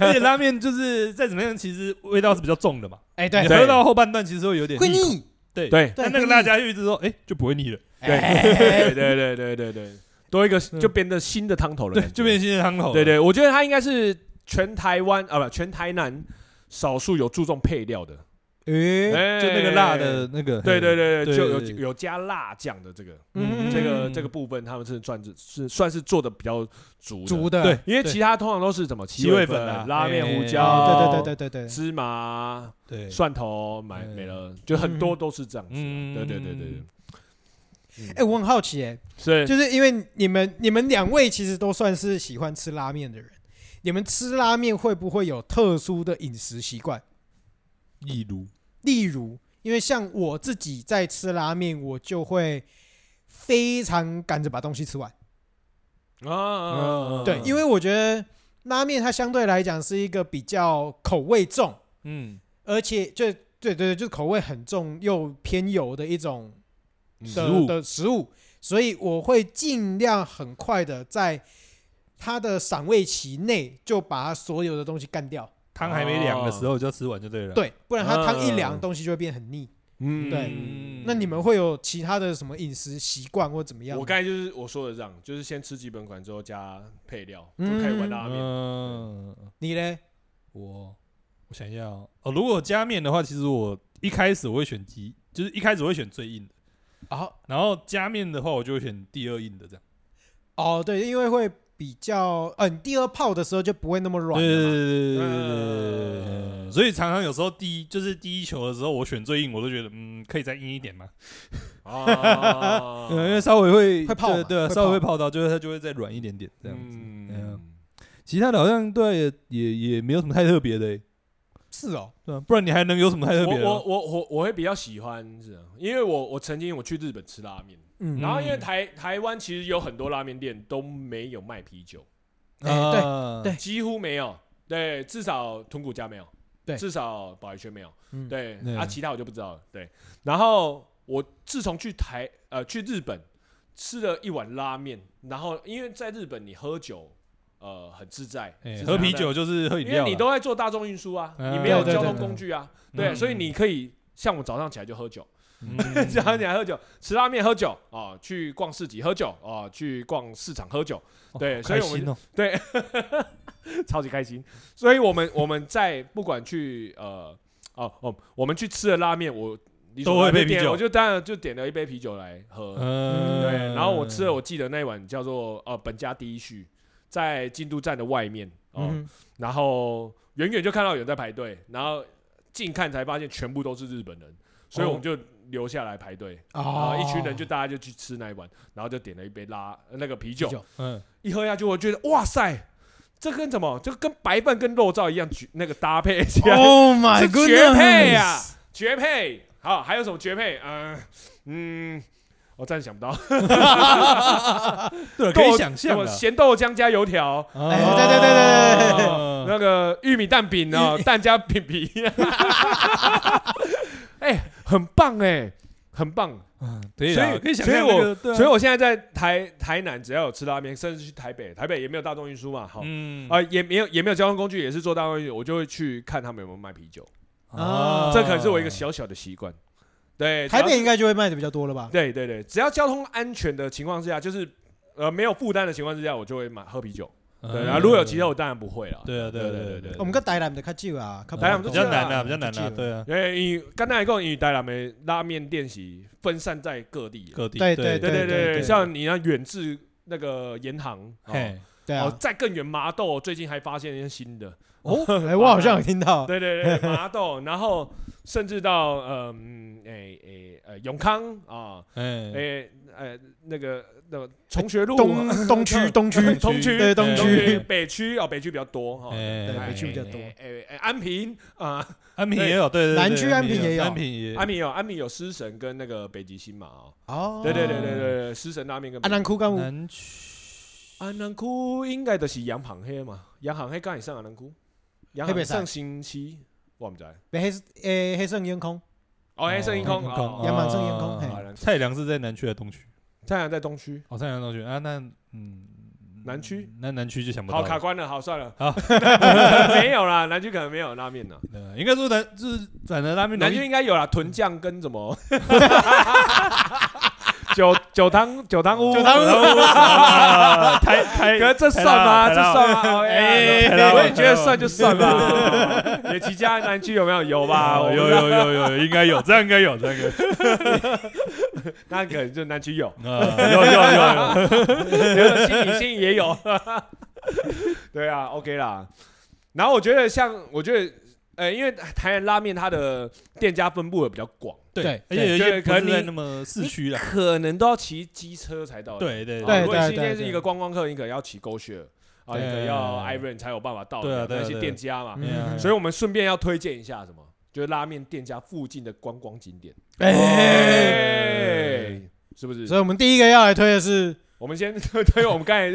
而且拉面就是再怎么样，其实味道是比较重 的嘛。哎，你对，喝到后半段其实会有点会腻口，腻。对对但那个辣椒就一直说，哎，就不会腻了，对哎对对对对对对，多一个嗯就变得新的汤头了对感，觉，嗯就变新的汤口了。对对，我觉得它应该是全台湾啊不全台南少数有注重配料的，哎，哎就那个辣的。那个。对对对对，对，就有对对对有加辣酱的这个嗯这个这个部分，他们是算是算是做的比较足的煮的。对因为其他通常都是什么七味粉粉啊拉面、哎胡椒，哦，对对对对对对。芝麻、对，蒜头买嗯没了，就很多都是这样子。嗯对对对对对，哎，我很好奇，哎，是就是因为你们你们两位其实都算是喜欢吃拉面的人，你们吃拉面会不会有特殊的饮食习惯？例如，例如，因为像我自己在吃拉面，我就会非常赶着把东西吃完。啊啊啊，啊对，因为我觉得拉面它相对来讲是一个比较口味重，嗯，而且就对对对，就是口味很重又偏油的一种的嗯食物的食物，所以我会尽量很快的在它的赏味期内就把它所有的东西干掉，汤还没凉的时候就要吃完就对了。对，不然它汤一嗯凉，东西就会变很腻。嗯对嗯那你们会有其他的什么饮食习惯或怎么样吗？我刚才就是我说的这样，就是先吃基本款之后加配料，就嗯开始玩拉面。嗯，你嘞？我我想要哦，如果加面的话，其实我一开始我会选鸡，就是一开始我会选最硬的，哦然后加面的话，我就会选第二硬的这样。哦，对，因为会比较，嗯、你第二泡的时候就不会那么软了嘛。对对对对对对对所以常常有时候第一就是第一球的时候，我选最硬，我都觉得嗯，可以再硬一点嘛， 啊嗯，因为稍微会会泡嘛对对啊，会稍微会泡泡到，就是它就会再软一点点这样子。嗯，其他的好像对也也也没有什么太特别的欸，是哦，对啊，不然你还能有什么太特我别的我啊？我我我会比较喜欢是这样，因为我我曾经我去日本吃拉面，嗯然后因为嗯台台湾其实有很多拉面店都没有卖啤酒，哎对啊对几乎没有，对，至少豚骨家没有，对至少宝来轩没有，嗯对，对啊，其他我就不知道了，对。然后我自从去台呃去日本吃了一碗拉面，然后因为在日本你喝酒呃很自在，哎是喝怎啤样的酒就是喝饮因为料啦，你都在做大众运输啊，嗯你没有对对交对通对工具啊，对对，所以你可以像我早上起来就喝酒， 嗯早上起来喝酒，吃拉面喝酒啊，去逛市集喝酒啊，去逛市场喝酒，对，所以我们哦对，超级开心。所以我们我们在不管去呃哦哦，我们去吃了拉面，我理所都会当然就配啤点酒我就当然就点了一杯啤酒来喝。嗯，对，然后我吃了，我记得那一碗叫做呃本家第一序，在京都站的外面哦，嗯然后远远就看到有人在排队，然后近看才发现全部都是日本人，所以我们就留下来排队。哼然后哦，啊一群人就大家就去吃那一碗，然后就点了一杯拉呃那个啤酒，啤酒嗯，一喝下去，我觉得哇塞，这跟什么？这跟白饭跟肉燥一样，绝那个搭配起 来、 Oh my 是 god，绝配啊，绝配。好，还有什么绝配？嗯、嗯，我暂时想不到。对， 可以豆想象什啊么啦咸豆浆加油 条，啊哎对对对对对呃对那个玉米蛋饼哦，蛋加饼皮， 哎、很棒哎、很棒。嗯可以啦，所以可以想所以象那我个，对啊所以我现在在台台南，只要有吃拉面，甚至去台北，台北也没有大众运输嘛，好啊、嗯也没有也没有交通工具，也是坐大众运输，我就会去看他们有没有卖啤酒，嗯啊这可能是我一个小小的习惯。对，台北只应该就会卖的比较多了吧要，？对对对，只要交通安全的情况之下，就是呃没有负担的情况之下，我就会买喝啤酒。对，然后如果有其他，我当然不会了。啊嗯对啊对啊对对啊对对啊我们跟台南的较少啊，较不嗯台南比就较是啊难啊，比较难啊，对啊，因为因为刚才讲，因为台南的拉面店席分散在各地，各地对对对对对对对对，对像你那远至那个银行，哦嘿，对哦啊，，再更远麻豆最近还发现一些新的，哎，我好像有听到，对对对，麻豆，然后甚至到呃嗯诶诶呃永康啊，哎，诶呃那个那个崇学路哎啊东东 区东区东区对东东区区，北区哦北区比较多哈，哎对北区比较诶多诶诶安平啊，安平也有，对对，对南区安平也有安平也有安平有安平有狮神跟那个北极星嘛哦，哦，对对对对对，对狮神拉面跟安南区干有南区安南区应该就是洋行黑嘛，洋行黑刚以上安南区，洋行上星期我唔知道，黑诶黑圣烟空，哦黑圣一空哦阳满正阳空嘿啊蔡良是在南区还是东区？太阳在东区，哦，蔡良东区啊，那嗯，南区，那南区就想不到好了。卡关了，好算了，好 没有啦，南区可能没有拉面啦，对啊应该说南就是反正拉面南容易区应该有啦，豚酱跟什么九九汤九汤屋，九汤屋哦啊台 台可是这算吗？这算吗？哎，台大我也觉得算就算吧。 哦野崎家南区有没有？有吧？我啊，不知道有有有有，应该有，这样应该有，这样应那可能就南区有，该有 啊，有 有有有， 心理性也有。 对啊，OK 啦。然后我觉得像，我觉得，呃，因为台南拉面它的店家分布的比较广，对而且有一对些不可能是在你那么市区啦，可能都要骑机车才到。对对哦对如果你今对天对是一个观光客，你可能要骑 GoShare 啊，你可能对要 Iron 才有办法到对啊的对啊那些对啊店家嘛。嗯嗯所以我们顺便要推荐一下什么，就是拉面店家附近的观光景点，哎，哎，是不是所？以我们第一个要来推的是我们先 推我们刚才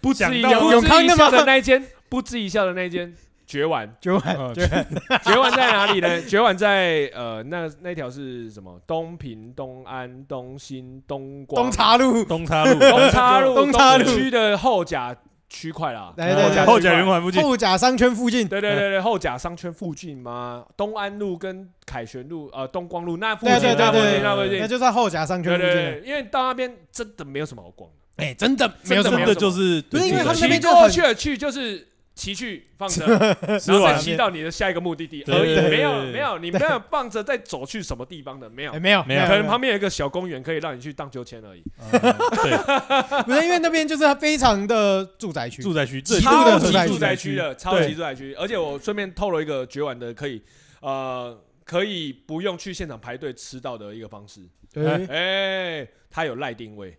不不知一讲笑到有永康的吗不知一笑的那一间，不知一笑的那一间绝 碗，九碗嗯九碗，绝碗在哪里呢？绝碗在呃，那那条是什么？东平、东安、东兴、东光、东茶路，东叉 路，东叉路、东叉路东区的后甲区块啦。哎对对对后甲圆环附近，后甲商圈附近，对对对对，后甲商圈附近嘛，东安路跟凯旋路，呃，东光路那附对近，对对那附近，对，那附那近，就在后甲商圈对附对近了。对，因为到那边真的没有什么好逛的。哎，真的没有什真么的就是不是因为他们那边骑就很过去了去就是骑去 放着，然后再完骑到你的下一个目的地对而已对对，没有对没有，你没有放着再走去什么地方的，没有哎，。没有没有可能旁边有一个小公园可以让你去荡秋千而已，对，不是因为那边就是它非常的住宅 区，嗯住宅区，极度这这的超很住级宅住区宅区的，超级对住宅区。而且我顺便透露一个绝版的，可以呃可以不用去现场排队吃到的一个方式。对，哎，它有赖定位，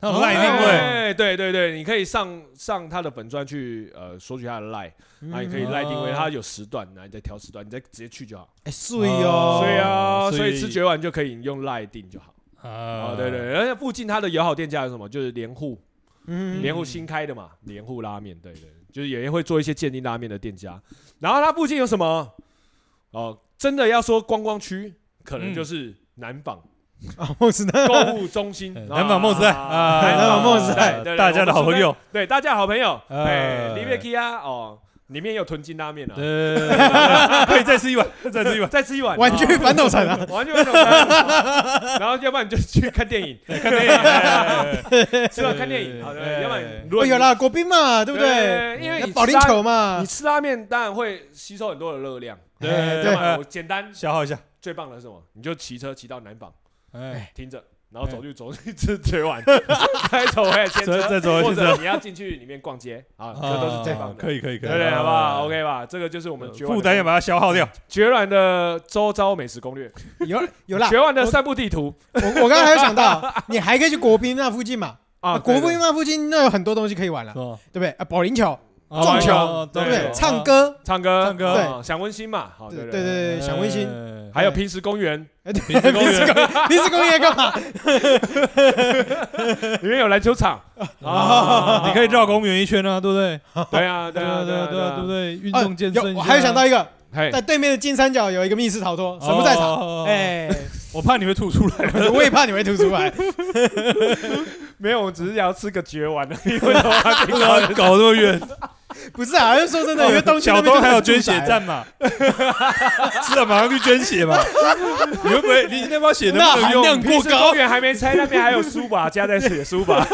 它嗯有赖定位，哎，对对对，你可以上上它的粉砖去呃索取它的赖，啊，你可以嗯赖定位，哦它有时段，然后你再挑时段，你再直接去就好。哎，睡哦，所以啊，所以所以吃绝版就可以用赖定就好。啊哦哎啊，对对，，对而且附近它的友好店家有什么？就是莲户，嗯，莲户新开的嘛，莲户拉面，对对，就是也会做一些鉴定拉面的店家。然后它附近有什么？哦，真的要说观光区，可能嗯，就是南纺啊，梦时代，购物中心 南纺梦时代啊，南南纺纺梦时代对对对大家的好朋友，对大家好朋友，呃哎，里面 k 啊，哦，里面有豚筋拉面啊，对，对对对可以再吃一碗， 再吃一碗，再吃一碗玩具哦 反斗城啊，完全没有然后要不然你就去看 电影，看哎电哎影， 吃完看电影，好的，要不然如哦果有啦，果冰嘛，对不对？？因为那你保吃龄拉球嘛啊你，吃拉面当然会吸收很多的热量，对哎对对嘛？我简单消耗一下，最棒的是什么？你就骑车骑到南纺，哎，停着。然后走去 走去吃吃完，再走回来牵再车，再走回或去者你要进去里面逛街啊，这都是最棒的，啊可以可以可对不以，对？好不啊好？OK 吧？这个就是我们绝版负担要把它消耗掉，绝软的周遭美食攻略，有有啦，绝软的散步地图我我刚才还有想到， 你还可以去国宾那附近嘛，啊，国对对宾那附近那有很多东西可以玩了，对撞不对？啊，保龄球，哦撞球对不对对？唱歌，唱歌，唱歌啊想温馨嘛，好，对对对对对，对，想温馨，馨还有平时公园哎，对，平 时公园临时工业干 嘛？哦里面有篮球 场啊，啊，你可以绕公园一圈啊，对不对？对啊，对对啊，啊，对啊，对啊，对不对对？运啊动健有身一下，我哎哦还有想到一个，嘿在对面的金三角有一个密室逃脱，什么在场？场哎，我怕你会吐出来。我也怕你会吐出 来。没有，我只是想要吃个绝完的， 因为我要去高的啊搞这么 远，不是啊，就是说真的，因为东区小那边东还有就是捐很住宅，血站嘛， 是啊，马上去捐血嘛。 你会不会你那包血能不能那用含量平过时高公园还没拆，那边还有书吧，加在写书吧。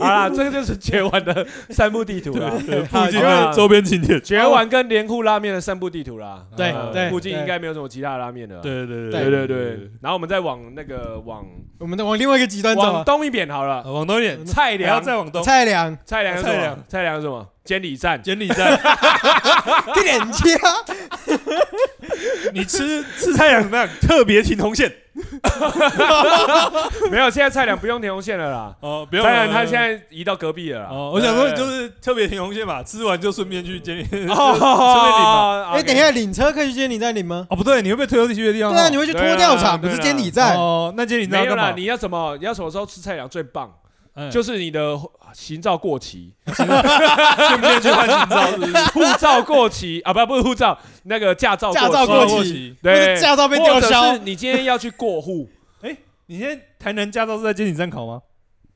好啦，这个就是绝完的散步地图啦，附近的周边景点？绝完跟莲户拉面的散步地图啦。对呃对附近对应该没有什么其他的拉面了。对对对对对，然后我们再往那个往我们再往另外一个极端走往啊，东一点好了，呃往东一点，菜然后粮再往东，菜 粮菜粮是什菜么粮菜粮是什么？监理站监理站，地点街啊， 你吃吃菜两样特别停红线没有，现在菜粮不用田红线了啦，哦，不用菜粮它现在在移到隔壁了啦。哦，我想说对就是特别停红线嘛，吃完就顺便去监理， 顺便领嘛。哦，哎，等一下，领车可以去监理站领吗？哦，不对，你会被推到地区的地方哦。对啊，你会去拖吊场，不对啊是监理站。哦，那监理 OK，站没要有干啦，嘛？你要什么？你要什么时候吃菜粮最棒？嗯就是你的行照过 期，顺便去换新照，是不是？ 护照过期啊，不不是护照，那个驾照驾照过期期，期。或者对，驾照被吊或者销是。你今天要去过户，你现在台南驾照是在监理站考吗？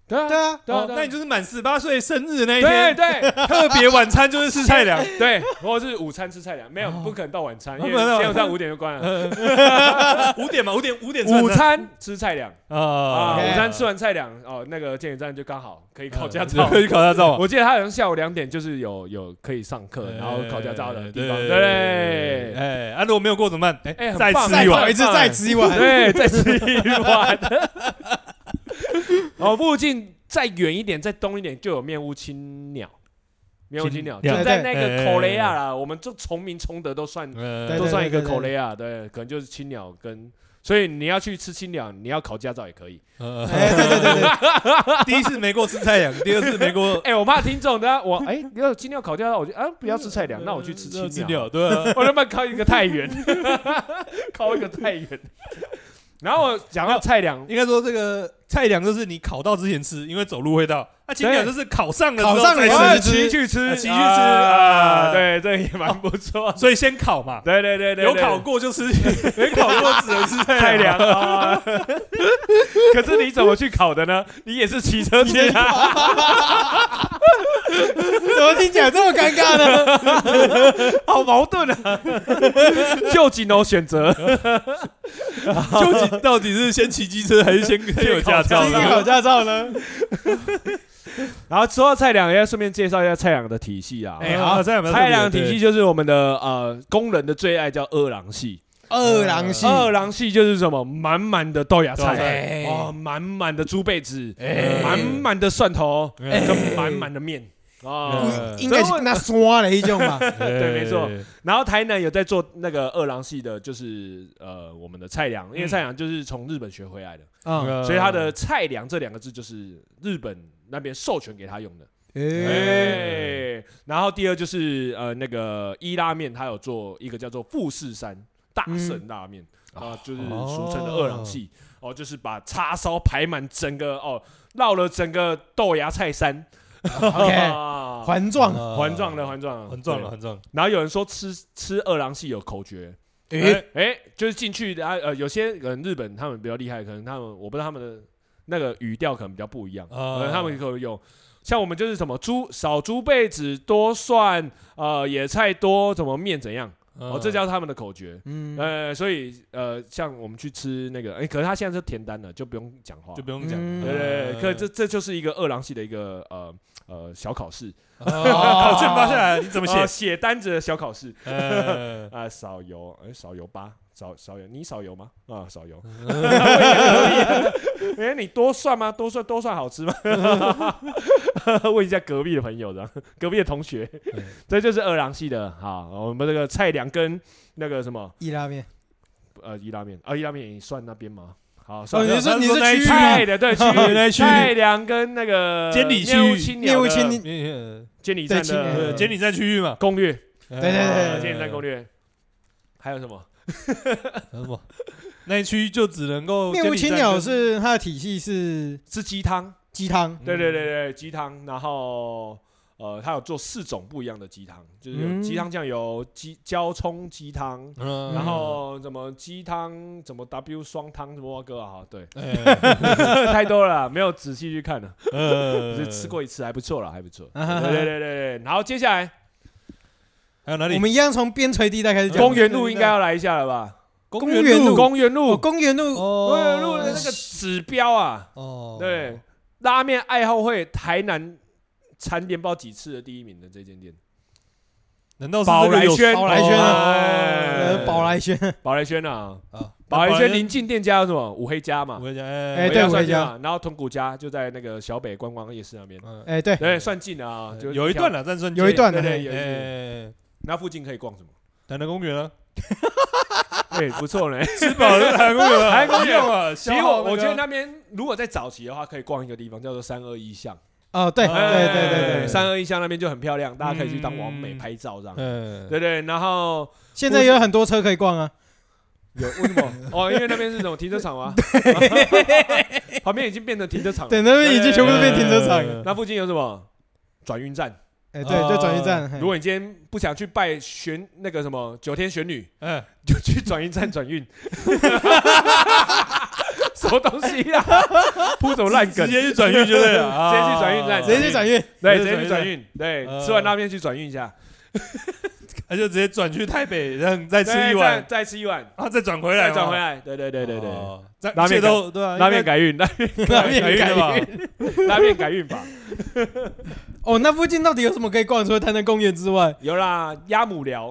对啊对啊，对啊哦，那你就是满十八岁生日那一对天，对特别晚餐就是吃菜粮。 对，或者是午餐吃菜粮，没有哦不可能到晚餐，因为不可能基本上五点就关 了。五点嘛，五点五点吃午晚餐餐吃菜粮啊，啊 OK 午餐吃完菜粮哦，那个健检站就刚好可以考驾照。可以考驾照嘛。 我记得他好像下午两点就是有有可以上课，然后考驾照的地方，对对哎，啊，如果没有过怎么办？哎很再棒吃再一考碗一。次，再吃一碗。对，再吃一碗。 然后附近再远一点，再东一点就有面屋青鸟，面屋青鸟青就鸟在那对对个对口雷亚啦，我们就崇明崇德都算对都呃，算一个对对口雷啊，对，可能就是青鸟跟，所以你要去吃青鸟，你要考驾照也可以。呃哎，对对对对，第一次没过吃菜粮，第二次没过 哎、我怕听众，等下我哎，要、今天要考驾照，我就啊不要吃菜粮，那我去吃青鸟。呃吃鸟，对啊。我他妈考一个太 远，考一个太远。然后我讲到菜粮，应该说这个菜粮就是你烤到之前吃，因为走路会到。那青鸟就是烤上了之后烤上了再以吃后我要吃骑去吃，啊骑去吃啊啊哦对，这也蛮不错。所以先烤嘛，对对对对，有对烤过就吃，没烤过只能吃菜菜粮。粮啊。 可是你怎么去考的呢？你也是骑车去啊？怎么听起来这么尴尬呢？ 好矛盾啊！ 就仅有选择，究竟到底是先骑机车还是先先有驾照谁 先考呢？驾照呢？然后说到菜粮，要顺便介绍一下菜粮的体系啊。哎，好，再有没有特别菜的粮体系？就是我们的呃工人的最爱，叫二郎系。二郎系，二郎系就是什么？满满的豆芽豆芽菜，哎哦，满满的猪背子，哎满满的蒜头，哎嗯跟满满的面啊。应该是那刷的一种吧？对对没错然后台南有在做那个二郎系的，就是呃我们的菜粮，因为嗯菜粮就是从日本学回来的，呃啊，所以它的菜粮这两个字就是日本那边授权给他用的。哎哎，然后第二就是呃那个伊拉面，它有做一个叫做富士山大神拉面啊，就是俗称的二郎系哦，就是把叉烧排满整个哦，绕了整个豆芽菜山， ，OK，啊环状，哎环状的环状的呃环状了，对环状。然后有人说吃吃二郎系有口诀，诶，哎，就是进去然后呃有些人日本他们比较厉害，可能他们我不知道他们的那个语调可能比较不一样。啊呃，他们可能有，像我们就是什么猪少猪被子多蒜，呃，野菜多，怎么面怎样，呃嗯哦，这叫他们的口诀。嗯，呃，所以呃，像我们去吃那个，哎，可是他现在是填单了，就不用讲话就。不用讲。嗯对对对，可这这就是一个二郎系的一个呃呃小考试，考卷发下来，你怎么呃写？写单子的小考试呃， 啊，少油，哎，少油吧，少少油，你少油吗？啊，少油。 哎，你多蒜吗？多蒜多蒜好 吃吗？问一下隔壁的朋友的，隔壁的同学嗯，这就是二郎系的。好，我们这个菜粮跟那个什么意拉面，呃伊拉面，啊伊拉面也算那边吗？好，哦，算你了是你他说那一是区域吗 菜的对区原来域区域菜粮跟那个监理区域面务清业鸟务的清理，监理站对清的呃呃，理监理站区域嘛。攻略，对对对呃对监理站攻略，还有什么？什么？那一区就只能够面无青清鸟是它的体系是吃鸡汤，鸡汤，对对对对，鸡汤，然后呃，它有做四种不一样的鸡汤，就是有嗯鸡汤酱油、鸡椒葱鸡汤，嗯，，然后什么鸡汤，什么 W 双汤什么哥啊，对 呃太多了啦，没有仔细去看了，只呃是吃，过一次，还不错了，还不错。啊哈哈对对对对对，然后接下来还有哪里我？们一样从边陲地带开始讲。公园路应该要来一下了吧？公园路，公园哦路，公园路，公园哦路的那个指标啊，哦，对，拉面爱好会台南蝉联报几次的第一名的这间店。难道是宝这个来有轩，宝来轩哦啊哎呃，宝来轩，宝来轩啊，啊？宝来轩临近店家有什么五黑家嘛我，跟你讲，哎哎对算五黑家近嘛，然后豚骨家就在那个小北观光夜市那边，嗯哎，对，对，算近啊，就有一段，了，但算有一段了啊对对嘿有一段，哎，那附近可以逛什么？台南公 园啊，哎对，不错 嘞。吃饱了台南公园 啊，台南公园哎一样啊，其其实我我觉得那边如果在早期的话，可以逛一个地方叫做三二一巷，哦，对，对哎对对对，三二一巷那边就很漂亮，大家可以去当网美嗯拍照这样。嗯，对对，然后现在有很多车可以逛啊。有为什 么？哦，因为那边是什么停车场吗？旁边已经变成停车场了。对，那边已经全部都变停车场了。嗯那附近有什么转运站？哎，对，就转运站。 嘿如果你今天不想去拜玄那个什么九天玄女， 嗯，就去转运站转运。什么东西啦？铺什么烂直梗？接去转运就对了，啊 直接去转运站哎直接去转 运，对，直直接接去转转运。对，呃吃完拉面去转运一下，他就直接转去台北，然后再吃对再一碗，再吃一碗，然后再转回来再嘛，转回来。对对对对对，哦，再拉面一切都对啊，拉面改运，拉拉面改改运吧运。， 拉面改运吧。哦，那附近到底有什么可以逛？除了台南公园之外，有啦，鸭母寮，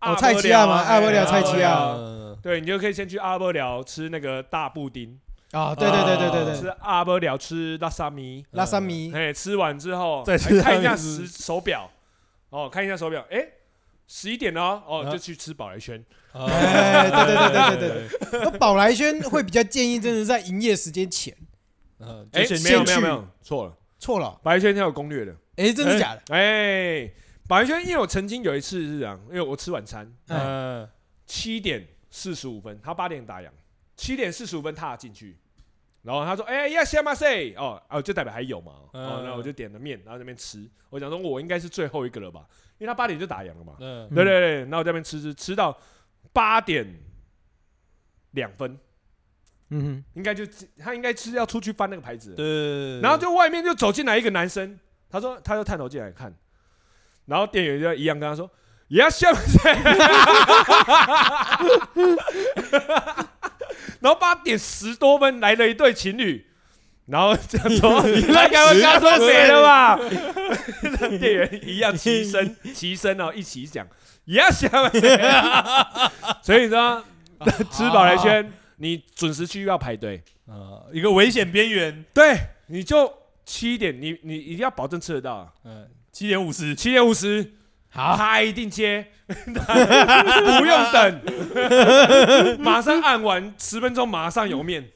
哦菜市场嘛阿伯伯寮寮啊菜市场阿伯寮对你就可以先去阿波寮吃那个大布丁，啊，对对对对对吃对，阿波寮吃拉萨米，拉萨米，哎，吃完之后再吃哎看一拉下面是时手表，哦，看一下手表，哎，十一点了哦，哦，啊就去吃宝来轩，啊哎对对对对对对，那宝来轩会比较建议，真的是在营业时间前。嗯哎就先，没有先去没有没有，错了，错了，哦宝来轩它有攻略的，哎，真的假的？哎，宝来轩因为我曾经有一次是这样，因为我吃晚餐嗯，七点四十五分，他八点打烊，七点四十五分踏进去。然后他说：“哎、呀，下马塞哦哦，就代表还有嘛。哦，嗯然后我就点了面，然后在那边吃。我想说，我应该是最后一个了吧，因为他八点就打烊了嘛。嗯对对对，然后我在那边吃吃吃到八点两分，嗯应该就他应该吃要出去翻那个牌子了，对，然后就外面就走进来一个男生，他说他就探头进来看，然后店员就一样跟他说。也要 笑死！然后八点十多分来了一对情侣，然后这样说，你那该会刚说谁了吧？店员一样齐声齐声哦，一起讲，也要想谁啊 所以呢，吃饱来轩，你准时去要排队，呃，一个危险边缘，对，你就七点，你你一定要保证吃得到啊，嗯，七点五十，七点五十，好，他一定接，不用等，马上按完，十分钟马上有面，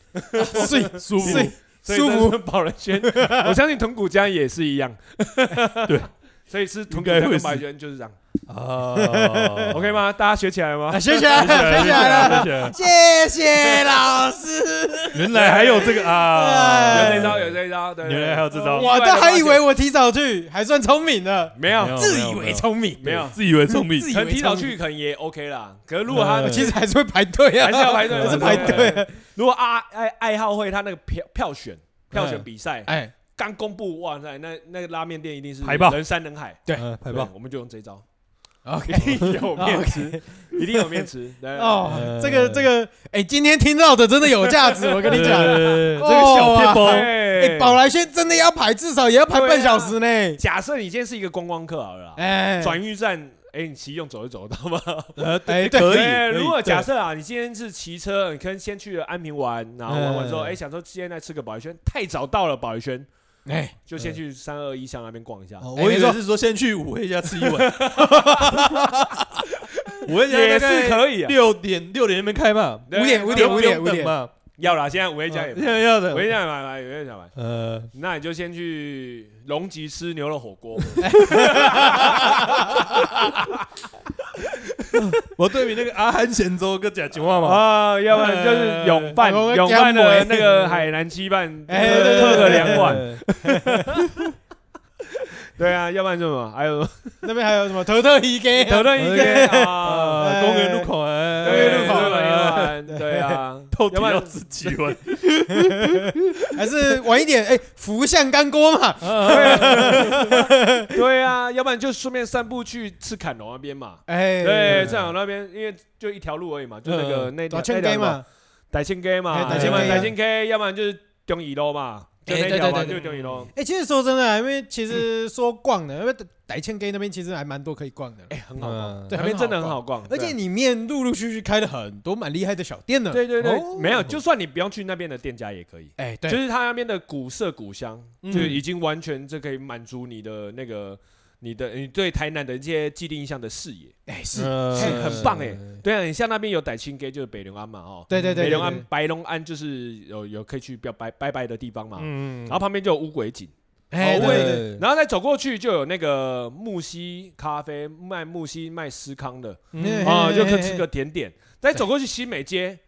睡舒服，睡所以舒服真的保人轩，我相信豚骨家也是一样，对， 所以吃豚骨应该家会跟是白人就是这样。啊 OK 吗？大家学起来了吗啊，？学起来了，学起来了，了，谢啊谢老师。 原来还有这个啊，哎有这一招，有这一招，对，对原来还有这招我都还以为我提早去，还算聪明的，没有没有自以为聪明，没有，自以为聪明自，以可能为提早聪明去可能也 OK 啦。可是如果他呃其实还是会排队啊，还是要排 队还是排队。如果啊爱爱好会他那个票票选票选比赛哎，刚公布，哇塞，那那个拉面店一定是排爆人山人海，对嗯排对爆，我们就用这一招， OK，有面吃，一定有面吃。对哦，呃这个这个，哎，今天听到的真的有价值，我跟你讲，呃这个小片包，哎，对，宝来轩真的要排，至少也要排半小时呢。假设你今天是一个观光客好了啦，哎，转运站，哎，你骑用走就走得到吗？呃，哎对，对可以对，可以如果对假设啊，你今天是骑车，你可能先去了安平玩，然后玩完之后，嗯哎，想说今天来吃个保育轩，太早到了保育轩，哎，就先去三二一巷那边逛一下。哦哎我以没错为是说先去五黑家吃一碗，五黑家也大概是可以啊，六点六点那边开嘛，对五点五五点五点五点，嘛，要啦，现在五 A 家也 要要五 A 的，家也买买，五 A 家买，呃，那你就先去龙吉吃牛肉火 锅，我对比那个阿憨咸粥跟贾金话嘛，啊，要不然就是永饭哎永饭的那个海南鸡饭，哎 哎，喝个两碗，碗，对啊，要不然就什么，还有那边还有什么头头一给，头顿 一个啊，呃，公园路口，哎公园路口 对对对对对 啊，到哎底要不然要吃几碗？还是晚一点，哎，福相干锅嘛，对啊，要不然就顺便散步去吃砍龙那边嘛。哎，对，嗯正好那边因为就一条路而已嘛，就那个那打条圈 gay，嘛，傣庆街嘛，哎傣庆街啊傣庆街，要不然就是中乙路嘛，就哎那条嘛，对对对就中乙路。哎，其实说真的啊，因为其实说逛的，因为傣千 gay 那边其实还蛮多可以逛的， 哎，很好逛，嗯对那边真的很很好逛，而且里面陆陆续续开了很多蛮厉害的小店呢。对对对哦对，没有，就算你不用去那边的店家也可以。哎，就对，是他那边的古色古香，嗯就已经完全就可以满足你的那个、你的、你对台南的一些既定印象的视野。哎是，呃很棒哎对啊，你像那边有傣青街，就是北龙安嘛，哦，对对对，北对龙安、白龙安就是有有可以去表拜拜拜的地方嘛，嗯然后旁边就有乌鬼井，哎哦对我对也对，然后再走过去就有那个木西咖啡卖木西卖司康的嗯啊、嘿嘿就可嘿以吃个甜点，再走过去西美街，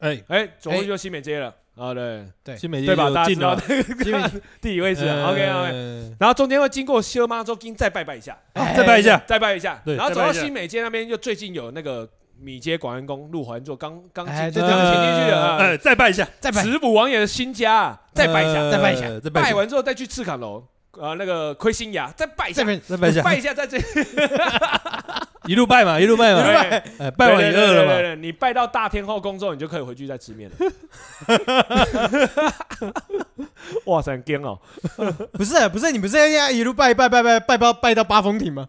哎，哎，走过去就西美街了啊，对哎新美对吧？大家知进道了，因 为地理位置哎呃，OK OK。然后中间会经过修妈周金，再拜拜一下，啊哎再拜一下，再拜一下，对然后走再拜到一下新美街那边，就最近有那个米街广安宫路环座刚刚进哎刚对进对去的啊哎，再拜一下，再摆食补王爷的新家啊，再拜一下，呃再拜一下再拜拜一下，完之后再去赤坎楼，呃，那个亏心崖，再拜一这下，边再拜一下，拜一下，在这里一路拜嘛，一路拜嘛，拜哎，拜完也饿了嘛，嘛，你拜到大天后宫之后，你就可以回去再吃面了。哇塞，很惊哦！不是不是，你不是要一路拜拜拜拜拜到拜到八峰亭吗？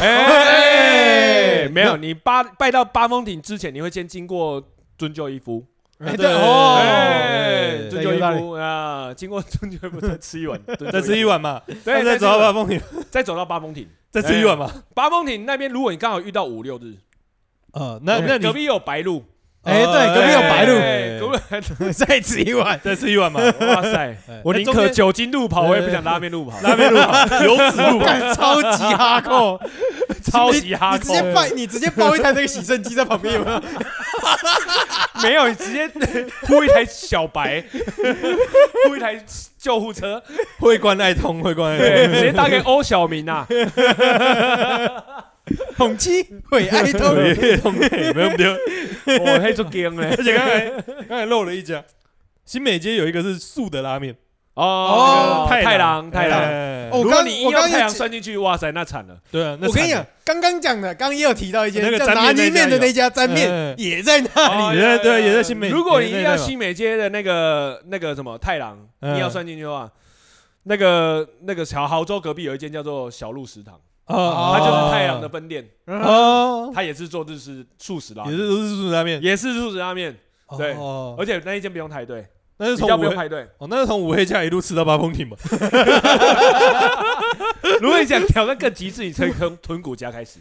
哎，没有，你八拜到八峰顶之前，你会先经过尊舅一夫。哎对哦，啊哎，对尊有舅一道理夫啊，经过尊舅一夫再吃一碗，尊舅再吃一碗，碗嘛，对，再走一到碗八凤亭，再走到八峰亭，再吃一碗嘛，八峰亭那边，如果你刚好遇到五六日，呃，那隔那你壁有白鹿，哎对隔壁有白鹿哦哎隔壁有白鹿，再吃一碗，再吃一碗嘛，哎哇塞！ 我宁可酒精路跑，我也不想拉面路跑，拉面路跑，油脂路跑，干超级哈扣， 哎超级哈你直扣，接拜，你直接抱一台那个洗肾机在旁边有没有？没有，你直接 呼一台小白， 呼一台救护车，会关爱通，会关爱对，直接打给欧小明啊呐，统七会爱通，通，会通，没有丢。我哦黑做惊嘞而，且刚才刚才漏了一家，新美街有一个是素的拉面，哦 그러니까 哦，那个太郎太郎。哦哎我如果刚你我硬要刚太也阳只算进去，哇塞，那惨 了。对啊，那 我跟你惨讲，刚刚讲的，刚刚也有提到一件那个叫沾拿面捏那面的家有那家沾面哎也在那里。哦也在对也在新美如果你也在要那嘛新美街的那个那个什么太郎，嗯你要算进去的话，那个那个小杭州隔壁有一间叫做小鹿食堂， 아.哦它就是太郎的分店，哦，它也是做日式素食拉也面，是都是素拉面，也是素食拉面，对哦，而且那一间不用排队，那是比从较不五用黑排队。哦，那是从五黑架一路吃到八风亭嘛，如果你想挑战更极致，你可以从豚骨家开始，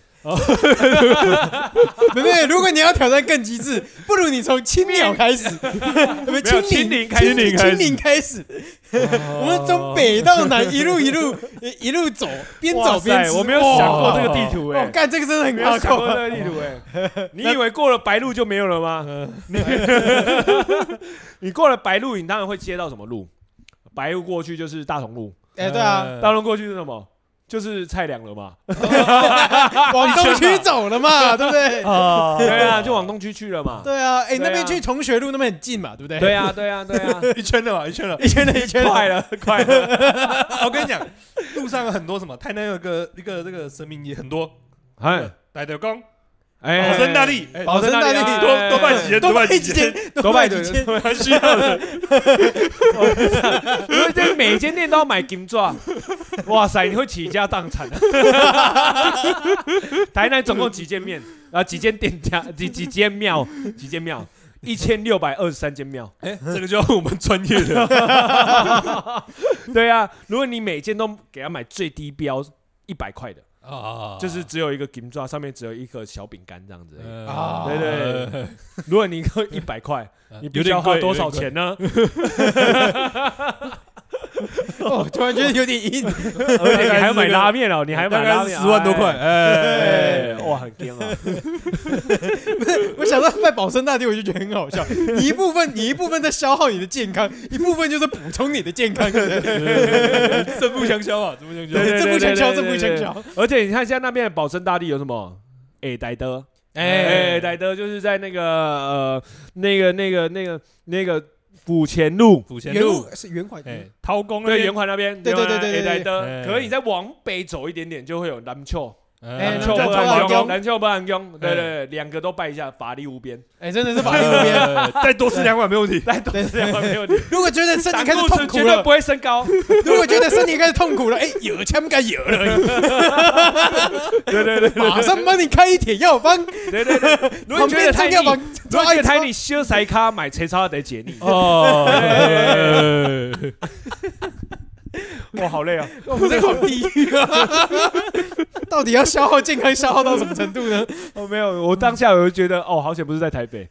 没有没有，如果你要挑战更极致，不如你从青鸟开 始，不是没有青青柠柠开始青柠开始青柠开始。我们从北到南一路一路 一路走，边走边哇吃。塞我没有哇想过这个地图哦哎，干这个真的没很有好想过搞。这个地图哎，你以为过了白鹿就没有了吗？嗯 你过了白鹿，你当然会接到什么路？白鹿过去就是大同路，哎，对啊，嗯 아.大同路过去是什么？就是菜粮了嘛，呃往东区走 了嘛，对不对？啊，对啊，就往东区去了嘛。对啊，哎，那对边啊去同学路那边很近嘛，对不对？对啊，对啊，对 啊，一圈了嘛，一圈了。 一圈了一圈了。快了， 快了，我跟你讲，路上有很多什么，台南有个一个这个神明也很多，哎来德公哎保生大，帝，哎保生大帝哎多多拜几天，多拜几几间，多拜几几间间，蛮需要的。因为这每间店都要买金抓， 哇塞，你会起家荡产。啊 台南总共几间面啊？几间店家？几几间庙？几间庙？一千六百二十三间庙。哎，这个就要我们专业的，对啊，如果你每间都给他买最低标一百块的，啊就是只有一个金啊抓，上面只有一个小饼干这样子而已。啊，对对对，如果你够一百块，你必有须点要花贵多少？钱呢？哦，突然觉得有点 硬。 而且你还要买拉面哦，你还有要点贵买拉大概面，十万多块，哎，哎，哇，很惊啊！我想到卖保生大帝，我就觉得很好笑。你一部分，你一部分在消耗你的健康，一部分就是补充你的健康，对不对？正不相消啊，正不相消对。这不强销，这不强对销。而且你看现在那边的保生大帝有什么？哎，呆的，哎，呆的，就是在那个呃，那个那个那个那个府前路，府前原路，是圆环，哎，掏工那对，边圆，环那边，对对对对对呆的。哎可是你再往北走一点点，就会有南丘，哎南哎那丘叫波做兰南丘宫，南丘波兰宫，对对对，两个都拜一下，法力无边，哎，真的是法力无 边。再多吃两碗没问题。来，都是这样 没有你。如果觉得身体胆开始固痛醇苦绝对了不，会 升高，如果觉得身体开始痛苦了，哎，有枪该有 了，对对对马上帮你开一帖药方，对对对。如 果旁你觉得边汤太腻药，房如果抓觉一得抓太。腻，修塞卡买切叉得解 腻。哦，哎哇，好累啊！我们这个 好地狱啊！到底要消耗健康消耗到什么程度呢？哦，没有，我当下我就觉得，哦，好险不是在 台北，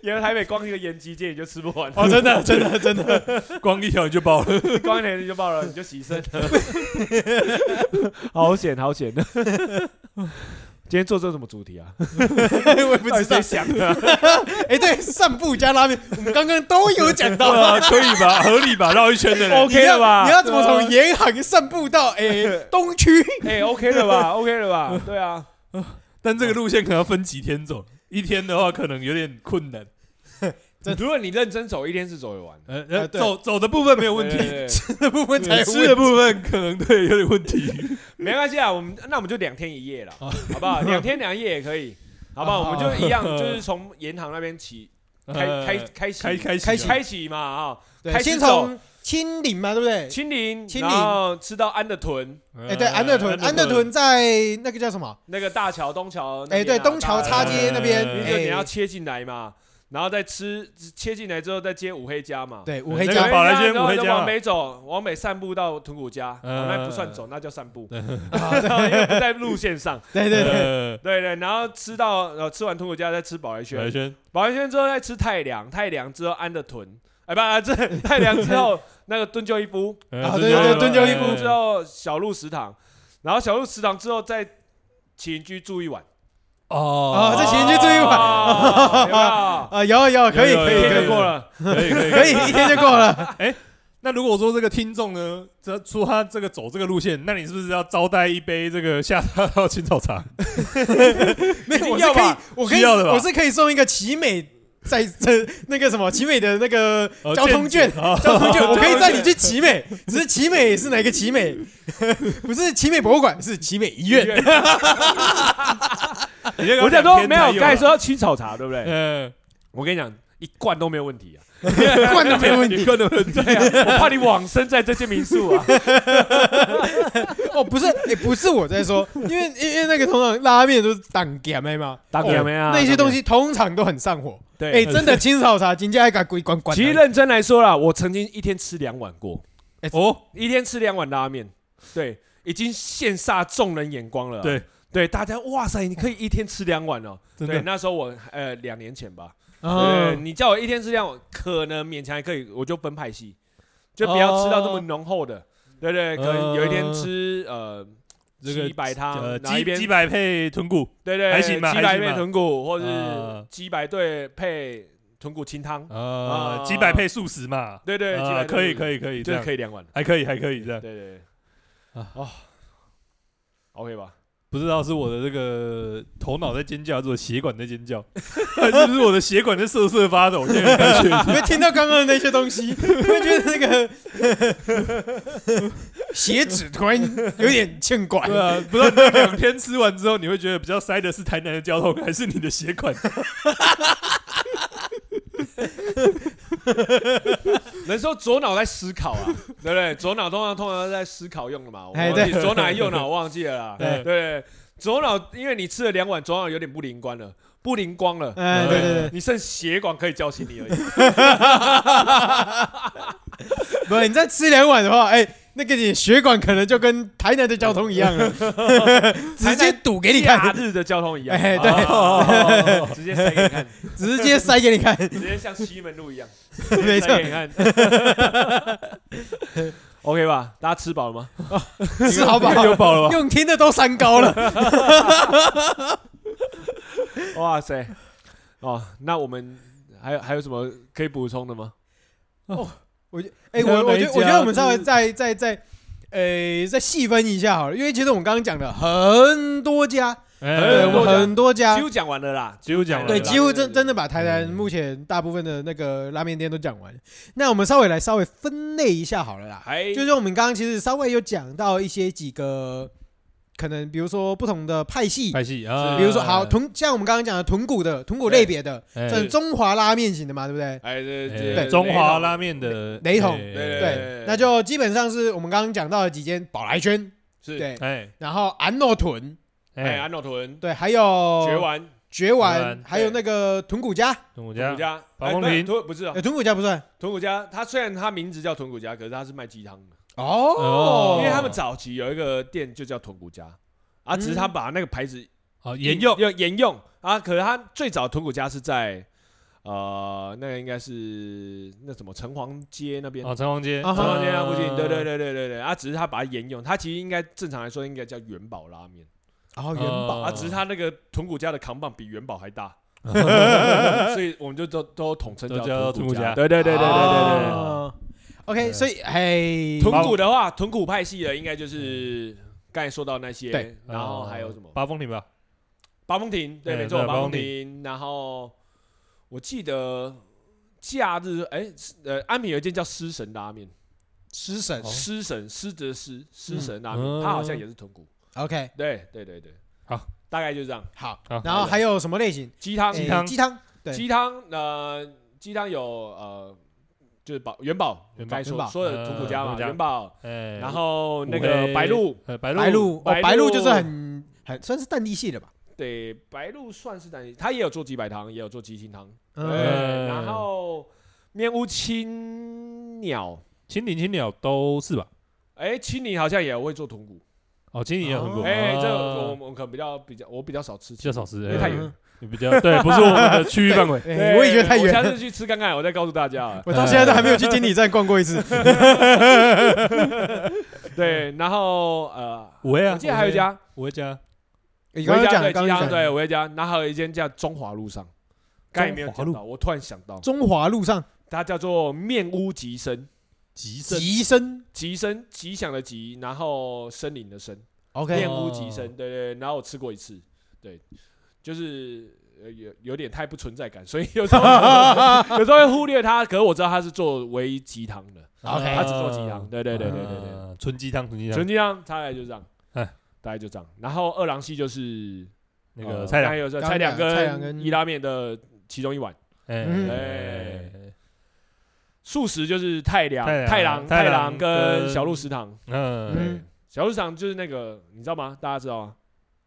因为台北光一个延吉街你就吃不完，哦，真的，真的，真的。光一条你就饱了。光一年你就爆了，你就洗身了。 好险，好险！今天做这什么主题啊？我也不知道在。想啊，哎，对，散步加拉面，我们刚刚都有讲 到。啊，可以吧？合理吧？绕一圈的嘞 OK 了吧 你要你要怎么从沿海散步到 诶东区？哎，OK 了吧？OK 了吧？对啊，但这个路线可能要分几天走，一天的话可能有点困难。如果你认真走，一天是走得完的。呃，啊呃对走走的部分没有问对题，对对的部分才有吃的部分可能对有点问 题。没关系啊，我们那我们就两天一夜了，哦好不好？两天两夜也可以，好不好？啊我们就一样，就是从盐塘那边 起，开开开启呃开开开启启啊开启嘛啊，对，开始先从青岭嘛，对不对？青呃林，青然林后吃到安的屯，哎，对，呃安乐屯，安乐屯在那个叫什么？那个大桥东桥那边啊，啊哎，对，东桥大叉家街那边，哎就是你要哎，切进来嘛，然后再吃切进来之后再接五黑家嘛。对，五黑那家个宝来先然后五黑家再往嘛北走，往北散步到豚骨家，嗯哦那不算走，那叫散 步，啊然后因为不在路线上。对对对，呃，对对，然后吃到呃吃完豚骨家再吃宝来小轩，轩，保完轩之后再吃太凉，太凉之后安的臀，哎不啊，这 太凉之后那个蹲就一夫，啊啊对对蹲就就一一夫夫哦之后小鹿食堂，然后小鹿食堂之后再起居住一晚，哦哦再在起行去住一晚晚，啊，有有，可以有有可一以可有天以就过了，可 以可以可。以，一天就过 了。那如果说这个听众呢，这说他这个走这个路线，那你是不是要招待一杯这个下沙到青草茶？没一有，定我是要可以吧，我可需以，要的吧我是可以送一个奇美在这那个什么奇美的那个 哦交通券见，解哦交通券，我可以载你去奇美，只是奇美是哪个奇美？ 不是奇美博物馆，是奇美医 院。你这个我想说两天没才有，刚才了说要清草茶，对不对？嗯，我跟你讲，一罐都没有问题啊，罐都没问题 一罐都没有问题啊。我怕你往生在这间民宿 啊。哦，不是，也不是我在说，因为因为那个通常拉面都是挡咸的嘛，打给没啊？那些东西西通常都很上火。哎，对。真的清草茶，金价还敢鬼管管？其实认真来说啦，我曾经一天吃两碗过，哦，哎一天吃两碗拉面，对，已经羡煞众人眼光了啊。对对，大家哇塞，你可以一天吃两碗哦。真对，的，啊那时候我呃两年前吧，对，哦你叫我一天吃两碗，可能勉强还可以，我就分派系，就不要吃到这么浓厚的。对对，可能有一天吃呃啊这个鸡白汤，呃，哪一鸡边鸡白配豚骨，对对还行吧鸡还白行配吧豚骨，或是呃鸡白对配豚骨清汤。啊，呃鸡白配素食嘛，对对，鸡白啊可以可以，以可以，就这是样可以两碗。还可以还可以这对样，对对，啊啊，OK 吧？不知道是我的这个头脑在尖叫，还是我血管在尖叫，还是不是我的血管在瑟瑟发抖？我现在感觉 你会听到刚刚的那些东西，你会觉得那个血脂突然有点欠管对。啊，不知道你这两天吃完之后，你会觉得比较塞的是台南的交通，还是你的血管？人说左脑在思考啊，对不对？左脑通常通常是在思考用的嘛，我哎忘记对左脑还是右脑我忘记了啦。对对，左脑因为你吃了两碗，左脑有点不灵光了，不灵光了，哎，对对对，你剩血管可以叫醒你而已。不，你再吃两碗的话，哎、那个你血管可能就跟台南的交通一样了，直接堵给你假看，日的交通一样，哎、对，哦直接塞给你看，直接塞给你看，直接像西门路一样，没错塞，给你看。OK 吧，大家吃饱了吗？吃好饱，有饱了吧？用听的都三高了，哇塞，哦，那我们还有还有什么可以补充的吗？哎、你看我我每一觉得我觉家得我们就稍微是再再再，呃，再细分一下好了，因为其实我们刚刚讲的很多家，哎对，呃我多们很多家几。乎讲完了啦，啊几乎讲完了对，啦几乎真真的把台嗯南目前大部分的那个拉面店都讲完，那我们稍微来稍微分类一下好了啦。还就是我们刚刚其实稍微有讲到一些几个，可能比如说不同的派系，拍戏啊，比如说好豚，像我们刚刚讲的豚骨的豚骨类别的，哎，这中华拉面型的嘛，对不对？哎对哎对，中华拉面的雷同哎对对，那就基本上是我们刚刚讲到的几间宝来轩，是对，哎然后安诺豚，哎哎，安诺屯对，还有绝丸绝绝丸丸，哦还有那个豚骨家，我豚家骨家哎宝光林不不是啊呃，，豚骨家不算豚骨家，它虽然它名字叫豚骨家，可是它是卖鸡汤的，哦哦，因为他们早期有一个店就叫豚骨家啊，嗯只是他把那个牌子好沿用要沿用啊，可是他最早豚骨家是在。呃，那个应该是那什么城隍街那边，哦，城隍街，啊城哈隍街那附近，对对，对对对对，啊，只是他把它沿用，它其实应该正常来说应该叫元宝拉面，然后元宝，啊，哦只是他那个豚骨家的扛棒比元宝还 大，所以我们就都都统称都叫豚豚骨家。家对对对对对对对对。哦，OK，所以哎，豚骨的话，豚骨派系的应该就是刚才说到那些对，然后还有什么八风亭吧？八风亭，对，嗯没错，哦对八八风风亭亭。然后我记得假日，哎，呃，安平有一间叫狮神拉面，食神狮神狮子的狮，狮神拉面，哦嗯它好像也是豚骨。 ，OK，对对对对，好，大概就是这样。好好，然后还有什么类型？哦鸡汤，哎汤鸡汤，对鸡汤，呃，鸡汤有呃，就是宝元宝，元宝该元说宝说的土骨家嘛，呃元宝，哎，然后那五个黑白鹿，呃白鹿白鹿，白哦鹿白鹿就是很很算是淡地系的吧。对，白鹿算是单一，他也有做鸡白汤，也有做鸡心汤，对，嗯，嗯然后面屋青鸟，青蜓、青鸟都是吧？哎，青柠好像也会做豚骨，哦，青蜓也很哦。过，哎，这啊我我可能比较比较，我比较少吃比青较柠，少因吃，因为太远了比较对，不是我们的区域 范围哎我也觉得太我远下了。次去吃看看，我再告诉大家啊。 我到现在都还没有去经理站逛过一次。 对，然后呃，我啊呀，我记得还有一家，我家你我刚刚一家讲，对刚鸡刚讲汤，对，我一家，然后还有一间叫中华路上，刚才没有中讲华到，我突然想到，中华路上它叫做面屋吉生，吉盛吉生吉生吉祥的吉，然后森林的森， ，OK，面哦屋吉生，对对，对然后我吃过一次，对，就是呃有有点太不存在感，所以 有时候有时候会忽略他。可是我知道他是做唯一鸡汤的 OK 他只做鸡汤。对对对对对哎对，对，纯鸡汤，纯鸡汤纯，鸡汤大概就这样，哎大概就这样。然后二郎系就是那呃个菜还两，有是刚菜两刚讲菜两跟跟伊拉面的其中一碗。嗯哎，素食就是太良、太良太郎、太太郎郎跟跟小鹿食堂。嗯，嗯，小鹿食堂就是那个，你知道吗？大家知道吗？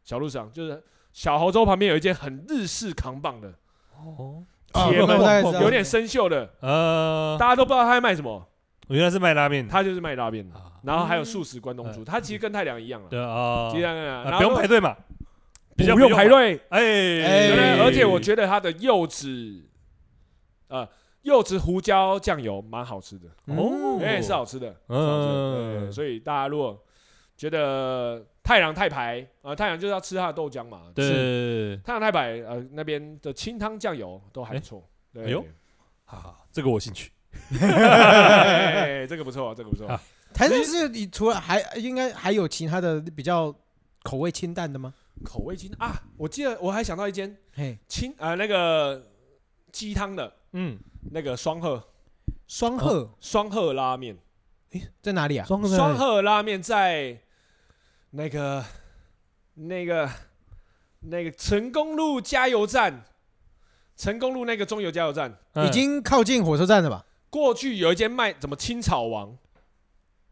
小鹿食堂就是小濠州旁边有一间很日式扛棒的，哦，哦铁门我大概知道有点生锈的，呃，大家都不知道他在卖什么，原来是卖拉面的，他就是卖拉面的。啊然后还有素食关东煮，他其实跟太良一样了，对啊其实，跟太良一样啊然不后用排队嘛，比较不用排，队，哎哎，对不对哎而且我觉得它的柚子，呃，柚子胡椒酱油蛮好吃的，哦哎，是好吃的，嗯是好吃的对所以大家如果觉得太阳太白啊，太阳就是要吃它的豆浆嘛，是，对，太阳太白呃那边的清汤酱油都还不错，对哎呦，好，这个我兴趣，哎这个不错，这个不错啊，台中市你除了还应该还有其他的比较口味清淡的吗？口味清啊，我记得我还想到一间嘿，清啊那个鸡汤的嗯，那个双鹤双鹤双鹤拉面。在哪里啊？双哦双鹤拉面在那个、那个、那个成功路加油站，成功路那个中油加油站，已经靠近火车站了吧？过去有一间卖什么青草王，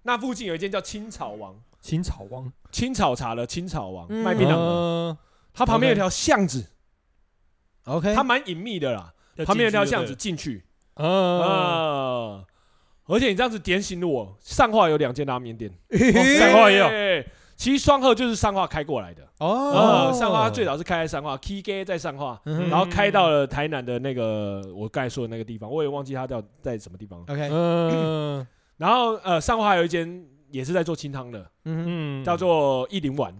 那附近有一间叫青草呃王，青草王青草茶的青草王、嗯卖槟榔的，的，它旁边有条巷子， OK，它蛮隐秘的啦，旁边有条巷子，进去啊、啊，嗯而且你这样子点醒了我，上化有两间拉面店，三化也有有，其实双鹤就是上化开过来的。哦呃，上花最早是开在上花，K G 在上花，嗯哼然后开到了台南的那个我刚才说的那个地方，我也忘记它叫在什么地方了。 ，OK，嗯然后呃，上花还有一间也是在做清汤的，嗯哼，嗯，叫做一零碗，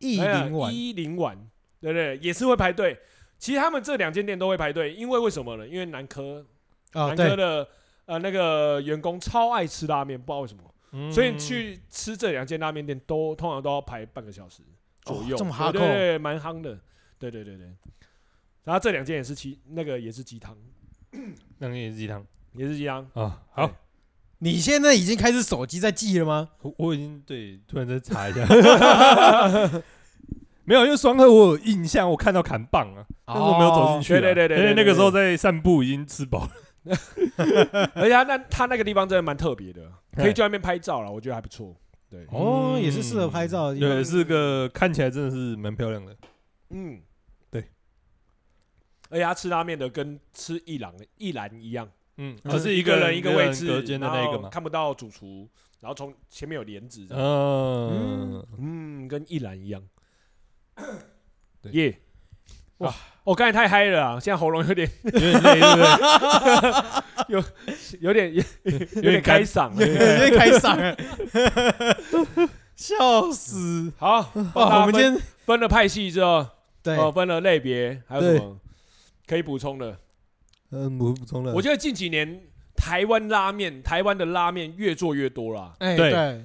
意林丸一零碗，对不对？也是会排队。其实他们这两间店都会排队，因为为什么呢？因为南科哦，南科对，的呃那个员工超爱吃拉面，不知道为什么，嗯所以去吃这两间拉面店都通常都要排半个小时左右，哦这么 hardcore 对对对，蛮夯的，对对对对。然后这两间也是鸡，那个也是鸡汤，两个也是鸡汤也是鸡 汤。啊，好。你现在已经开始手机在记了吗？我我已经对，突然再查 一下，没有，因为双鹤我有印象，我看到砍棒啊，但是我没有走进去啊。哦对对对对对因为那个时候在散步，已经吃饱了。而且他那他那个地方真的蛮特别的，对可以去外面拍照了，我觉得还不错。对，哦，嗯也是适合拍照的地方对，是个看起来真的是蛮漂亮的。嗯，对。而且他吃拉面的跟吃一郎一兰一样，嗯，嗯只是一一个个人一个位人置，隔间的那个然后嘛。看不到主厨，然后从前面有帘子这样，嗯，嗯，跟一兰一样。对耶、哇！我、刚才太嗨了啊，现在喉咙有点有点累，对不对？ 有点有点点开嗓啊有了。点哦开嗓了，笑死！哦好，哇，我们今天分了派系之后，对，哦，分了类别，还有什么可以补充的？嗯，补补充了。我觉得近几年台湾拉面，台湾的拉面越做越多啦，哎对对，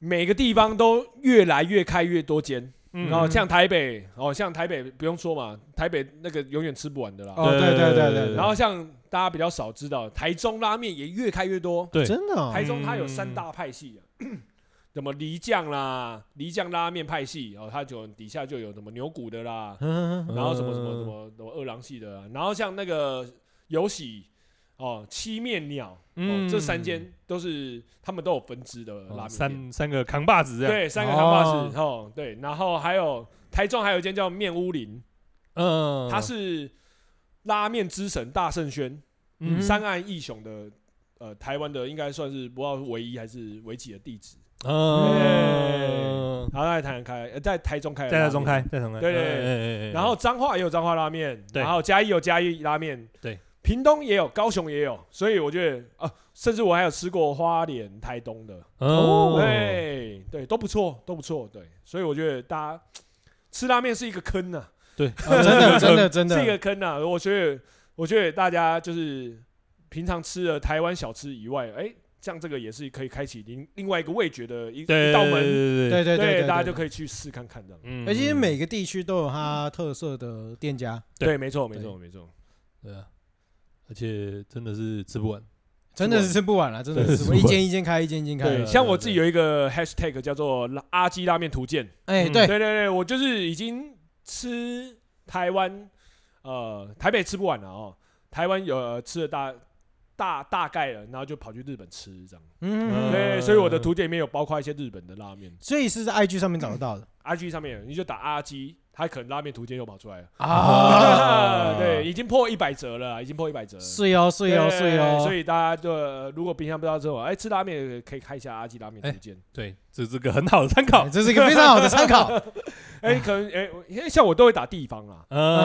每个地方都越来越开越多间。嗯然后像台北，哦，像台北不用说嘛，台北那个永远吃不完的啦。哦对对对对对然后像大家比较少知道，台中拉面也越开越多。对真的哦 台中它有三大派系、啊， 什么梨酱啦、梨酱拉面派系，哦，它就底下就有什么牛骨的啦，嗯，嗯然后什么什呃么什么什么二郎系的、啊，然后像那个有喜哦、七面鸟，哦，嗯这三间都是他们都有分支的拉面哦店，三三个扛把子这样。对，三个扛把子哦，对，然后还有台中还有一间叫面屋林，嗯，它是拉面之神大圣轩。嗯三岸义雄的呃台湾的应该算是不知道唯一还是唯几的地址，嗯，然后在台南开，呃在台中开，在台中开，，在台中开。嗯对对对对然后彰化也有彰化拉面，对然后嘉义有嘉义拉面，对，屏东也有，高雄也有，所以我觉得啊，甚至我还有吃过花莲、台东的，哦，对对，都不错，都不错，对，所以我觉得大家吃拉面是一个坑呐、对，哦真的真的真的，是一个坑啊呐、我觉得，我觉得大家就是平常吃的台湾小吃以外，哎、像这个也是可以开启另另外一个味觉的一对一道门，对对对对，大家就以。可以去试看看这样。嗯而且哎每个地区都有它特色的店家，对对，没错，没错，没错。对啊，而且真的是吃不完，真的是吃不完了，真的是吃不完对一间一间开，一间一间对，开。像我自己有一个 hashtag 叫做“阿基拉面图鉴”，哎，嗯对，对对对，我就是已经吃台湾，呃，台北吃不完了哦，台湾有、呃吃了大大大概了，然后就跑去日本吃这样。嗯，嗯对，所以我的图鉴里面有包括一些日本的拉面所以是在 IG 上面找得到的，IG 上面有你就打阿基，它可能拉面图鉴又跑出来了。啊 对，已经破一百折了，已经破一百折了。是哟，是哟，对是哦哟。所以大家就呃如果冰箱不知道之后，哎，吃拉面可以看一下阿基拉面图鉴。对，这是个很好的参考哦哎。这是一个非常好的参考。 哎，可能哎，因为像我都会打地方啊，呃嗯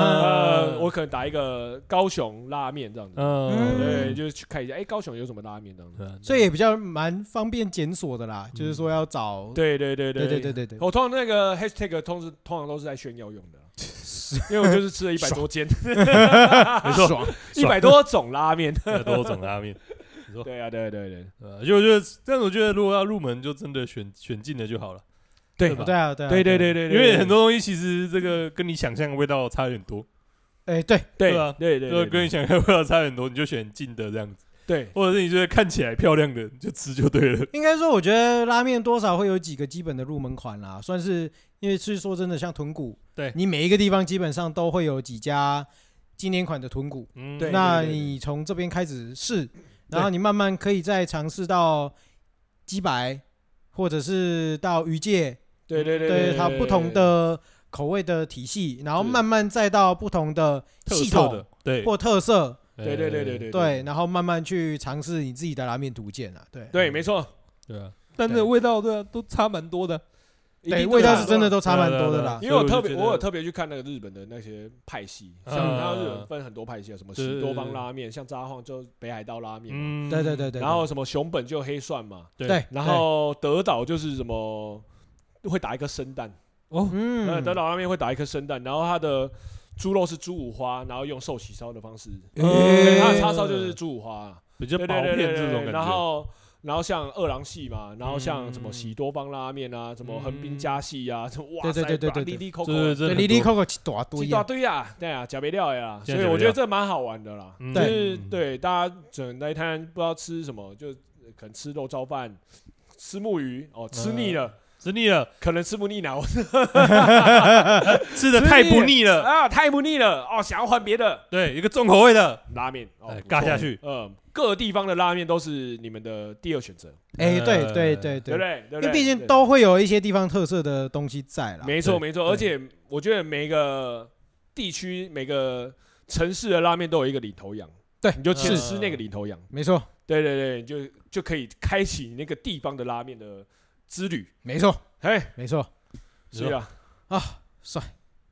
呃，，我可能打一个高雄拉面这样子，嗯，对，就是去看一下，哎，高雄有什么拉面这样子。 所以也比较蛮方便检索的啦，就是说要找对对嗯对对对对哦对对对，我通常那个 hashtag 通是通常都是在炫耀用 的，啊因为我就是吃了一百多间，没错，一百多种拉面。多种拉面。对啊，对对对呃，就我觉得，但是我觉得如果要入门，就真的选选进的就好了，对吧对啊对啊对对对对，因为很多东西其实这个跟你想象的味道差很多，哎对对啊对对对，跟你想象的味道差很多，你就选近的这样子，对或者是你觉得看起来漂亮的你就吃就对了。应该说，我觉得拉面多少会有几个基本的入门款啦，算是因为是说真的，像豚骨，对你每一个地方基本上都会有几家经典款的豚骨，嗯，对那你从这边开始试，然后你慢慢可以再尝试到鸡白，或者是到鱼介，对对对它不同的口味的体系，然后是慢慢再到不同的特系色统的，对，或特色，对对对对对对对，然后慢慢去尝试你自己的拉面图鉴啊，对。对，没错，对啊，但这个味道对啊都差蛮多的，对，味道是真的都差蛮多的啦对啊对啊对啊。因为我特所别，以我就觉得我有特别去看那个日本的那些派系，像嗯然后日本分很多派系啊，什么对对喜多方对拉面，像札幌就北海道拉面嘛，嗯，对对对对，然后什么熊本就黑蒜嘛，对对，然后德岛就是什么会打一颗生蛋，对呃，嗯，德岛拉面会打一颗生蛋，然后它的猪肉是猪五花，然后用寿喜烧的方式，诶对它的叉烧就是猪五花，嗯啊比较对薄对对片对这种感觉，对，然后然后像二郎系嘛，然后像什嗯么喜多方拉面啊，什么横滨嗯家系啊，什么哇对对塞，对对对对滴滴扣扣对对对，对，里里扣扣一大堆一呀大，堆啊，对啊，假别料呀，真所以的假我别觉料得这蛮好玩的啦，嗯就是嗯对大家整来台湾不知道吃什么，就可能吃肉燥饭。吃木鱼哦，吃腻了，吃腻了，可能吃不腻呢。我吃的太不腻 了，啊，太不腻了哦，想要换别的对，一个重口味的，拉面哦哎，不尬错下去，嗯，各地方的拉面都是你们的第二选择，哎，对呃对对对对，不对？对因不为对毕竟对都会有一些地方特色的东西在啦。没错对没错，对而且我觉得每个地区每个城市的拉面都有一个领头羊，对你就去是吃那个领头羊，没错，对对对，你就就可以开启你那个地方的拉面的之旅。没错，嘿，没错是啊，啊，帅！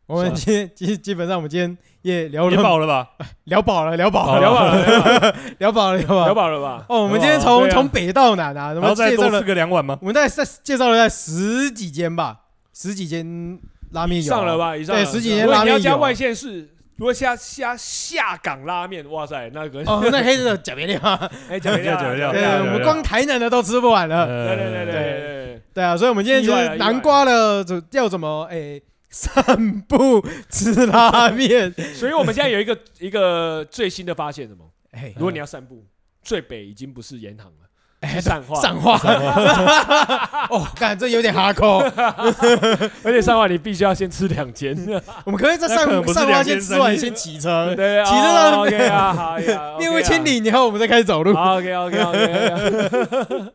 我们今天基基本上我们今天也聊也了饱了吧？聊饱了，聊饱好了，聊饱了，聊饱了聊饱了，聊聊饱了。饱 了吧？哦，我们今天聊饱从了对啊从北到南啊，我然后们再介多绍吃了，个两碗吗？我们大概在介绍了在十几间吧，十几间拉面有啊上了？吧，以上对了十几年如果拉你面要加有外县市，如果下下下港拉面，哇塞，那个哦，那黑色的假别料啊， 哎，讲 一下，讲一下讲一对，下我对们对光呃台南的都吃不完了。对对对对对对对对啊，所以我们今天其嗯意外了实意外南瓜了，怎要怎么诶、散步吃拉 面？对，所以我们现在有一个一个最新的发现，什么？哎如果你要散步，最北已经不是盐行了，哎是善化，上话， 哦，感这有点哈 口。而且善化你必须要先吃两间， 我们可不可以在那可能不上是上花两先天吃完三先骑车， 对，骑着上哦 OK 啊，好呀， 面会清理，然后我们再开始走路。 ，OK OK OK，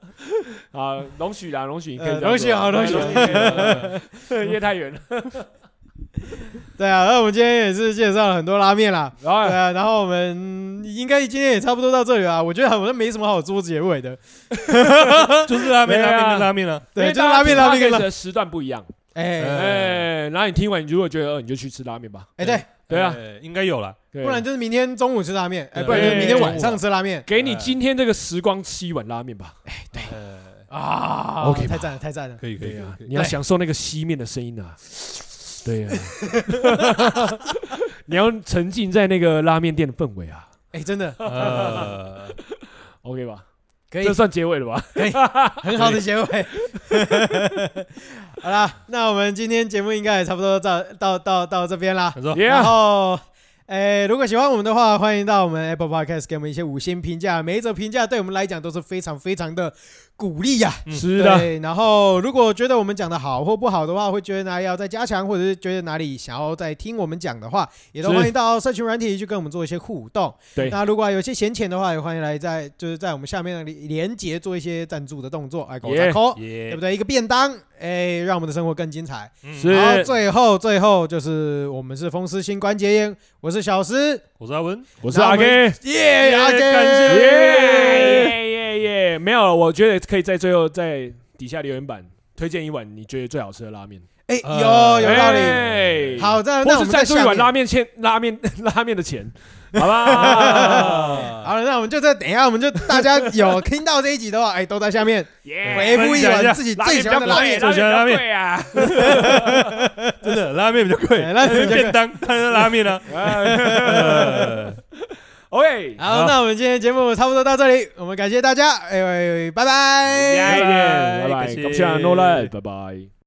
好，容许啦，容许你可以呃这样啊做，容许好容许许，因为太远了，对啊，那我们今天也是介绍了很多拉面啦。然 对后啊，然后我们应该今天也差不多到这里啊。我觉得好像没什么好做结尾的。就是拉面，对拉啊面跟拉面啊，对，因为就是大家拉面，听拉面跟 podcast 拉。的时段不一样，哎哎，然后你听完，你如果觉得饿，你就去吃拉面吧，哎，对，对啊，呃，应该有啦。对啊不然就是明天中午吃拉面，哎，对不然就是明天晚中午上啊吃拉面。给你今天这个时光吃一碗拉面哎吧，呃，啊 OK 吧太赞了，太赞了。可以可以对啊可，以，你要享受那个吸面的声音啊。对啊，啊 你要沉浸在那个拉面店的氛围啊。哎，真的，呃， OK 吧？可以这，算结尾了吧？很好的结尾。 好啦，那我们今天节目应该也差不多到到到到这边啦。没 错，然 Yeah，后，诶，如果喜欢我们的话，欢迎到我们 Apple Podcast 给我们一些五星评价，每一则评价对我们来讲都是非常非常的鼓励呀、是的，对，然后如果觉得我们讲的好或不好的话，会觉得哪里要再加强，或者是觉得哪里想要再听我们讲的话，也都是欢迎到社群软体去跟我们做一些互动。对那如果有些闲钱的话，也欢迎来在就是在我们下面的连接做一些赞助的动作，哎，给我 Yeah 扣，对耶不，对？一个便当，哎，让我们的生活更精彩。嗯是然后最后最后就是我们是风湿性关节炎，我是小诗，我是阿文，我是阿 K。耶，阿感 杰，谢耶耶耶！没有，我觉得可以在最后在底下留言板推荐一碗你觉得最好吃的拉面。哎，呃有有道理。哎好，的，那或我是们在赞助一下碗面。拉面欠拉面拉面的钱，好吧？好了，那我们就在等一下，我们就大家有 听到这一集的话，哎，都在下面回耶，复一哎分享一下碗自己最喜欢的拉拉面面比较贵，最喜欢的拉拉面面比较贵啊！真的拉面哎比较贵，拉面比较贵 便当当然是拉面啊。 呃 OK，好，那我们今天节目差不多到这里，我们感谢大家，哎，拜拜。耶耶 拜拜拜拜，感谢感谢 n o l a 啊拜拜。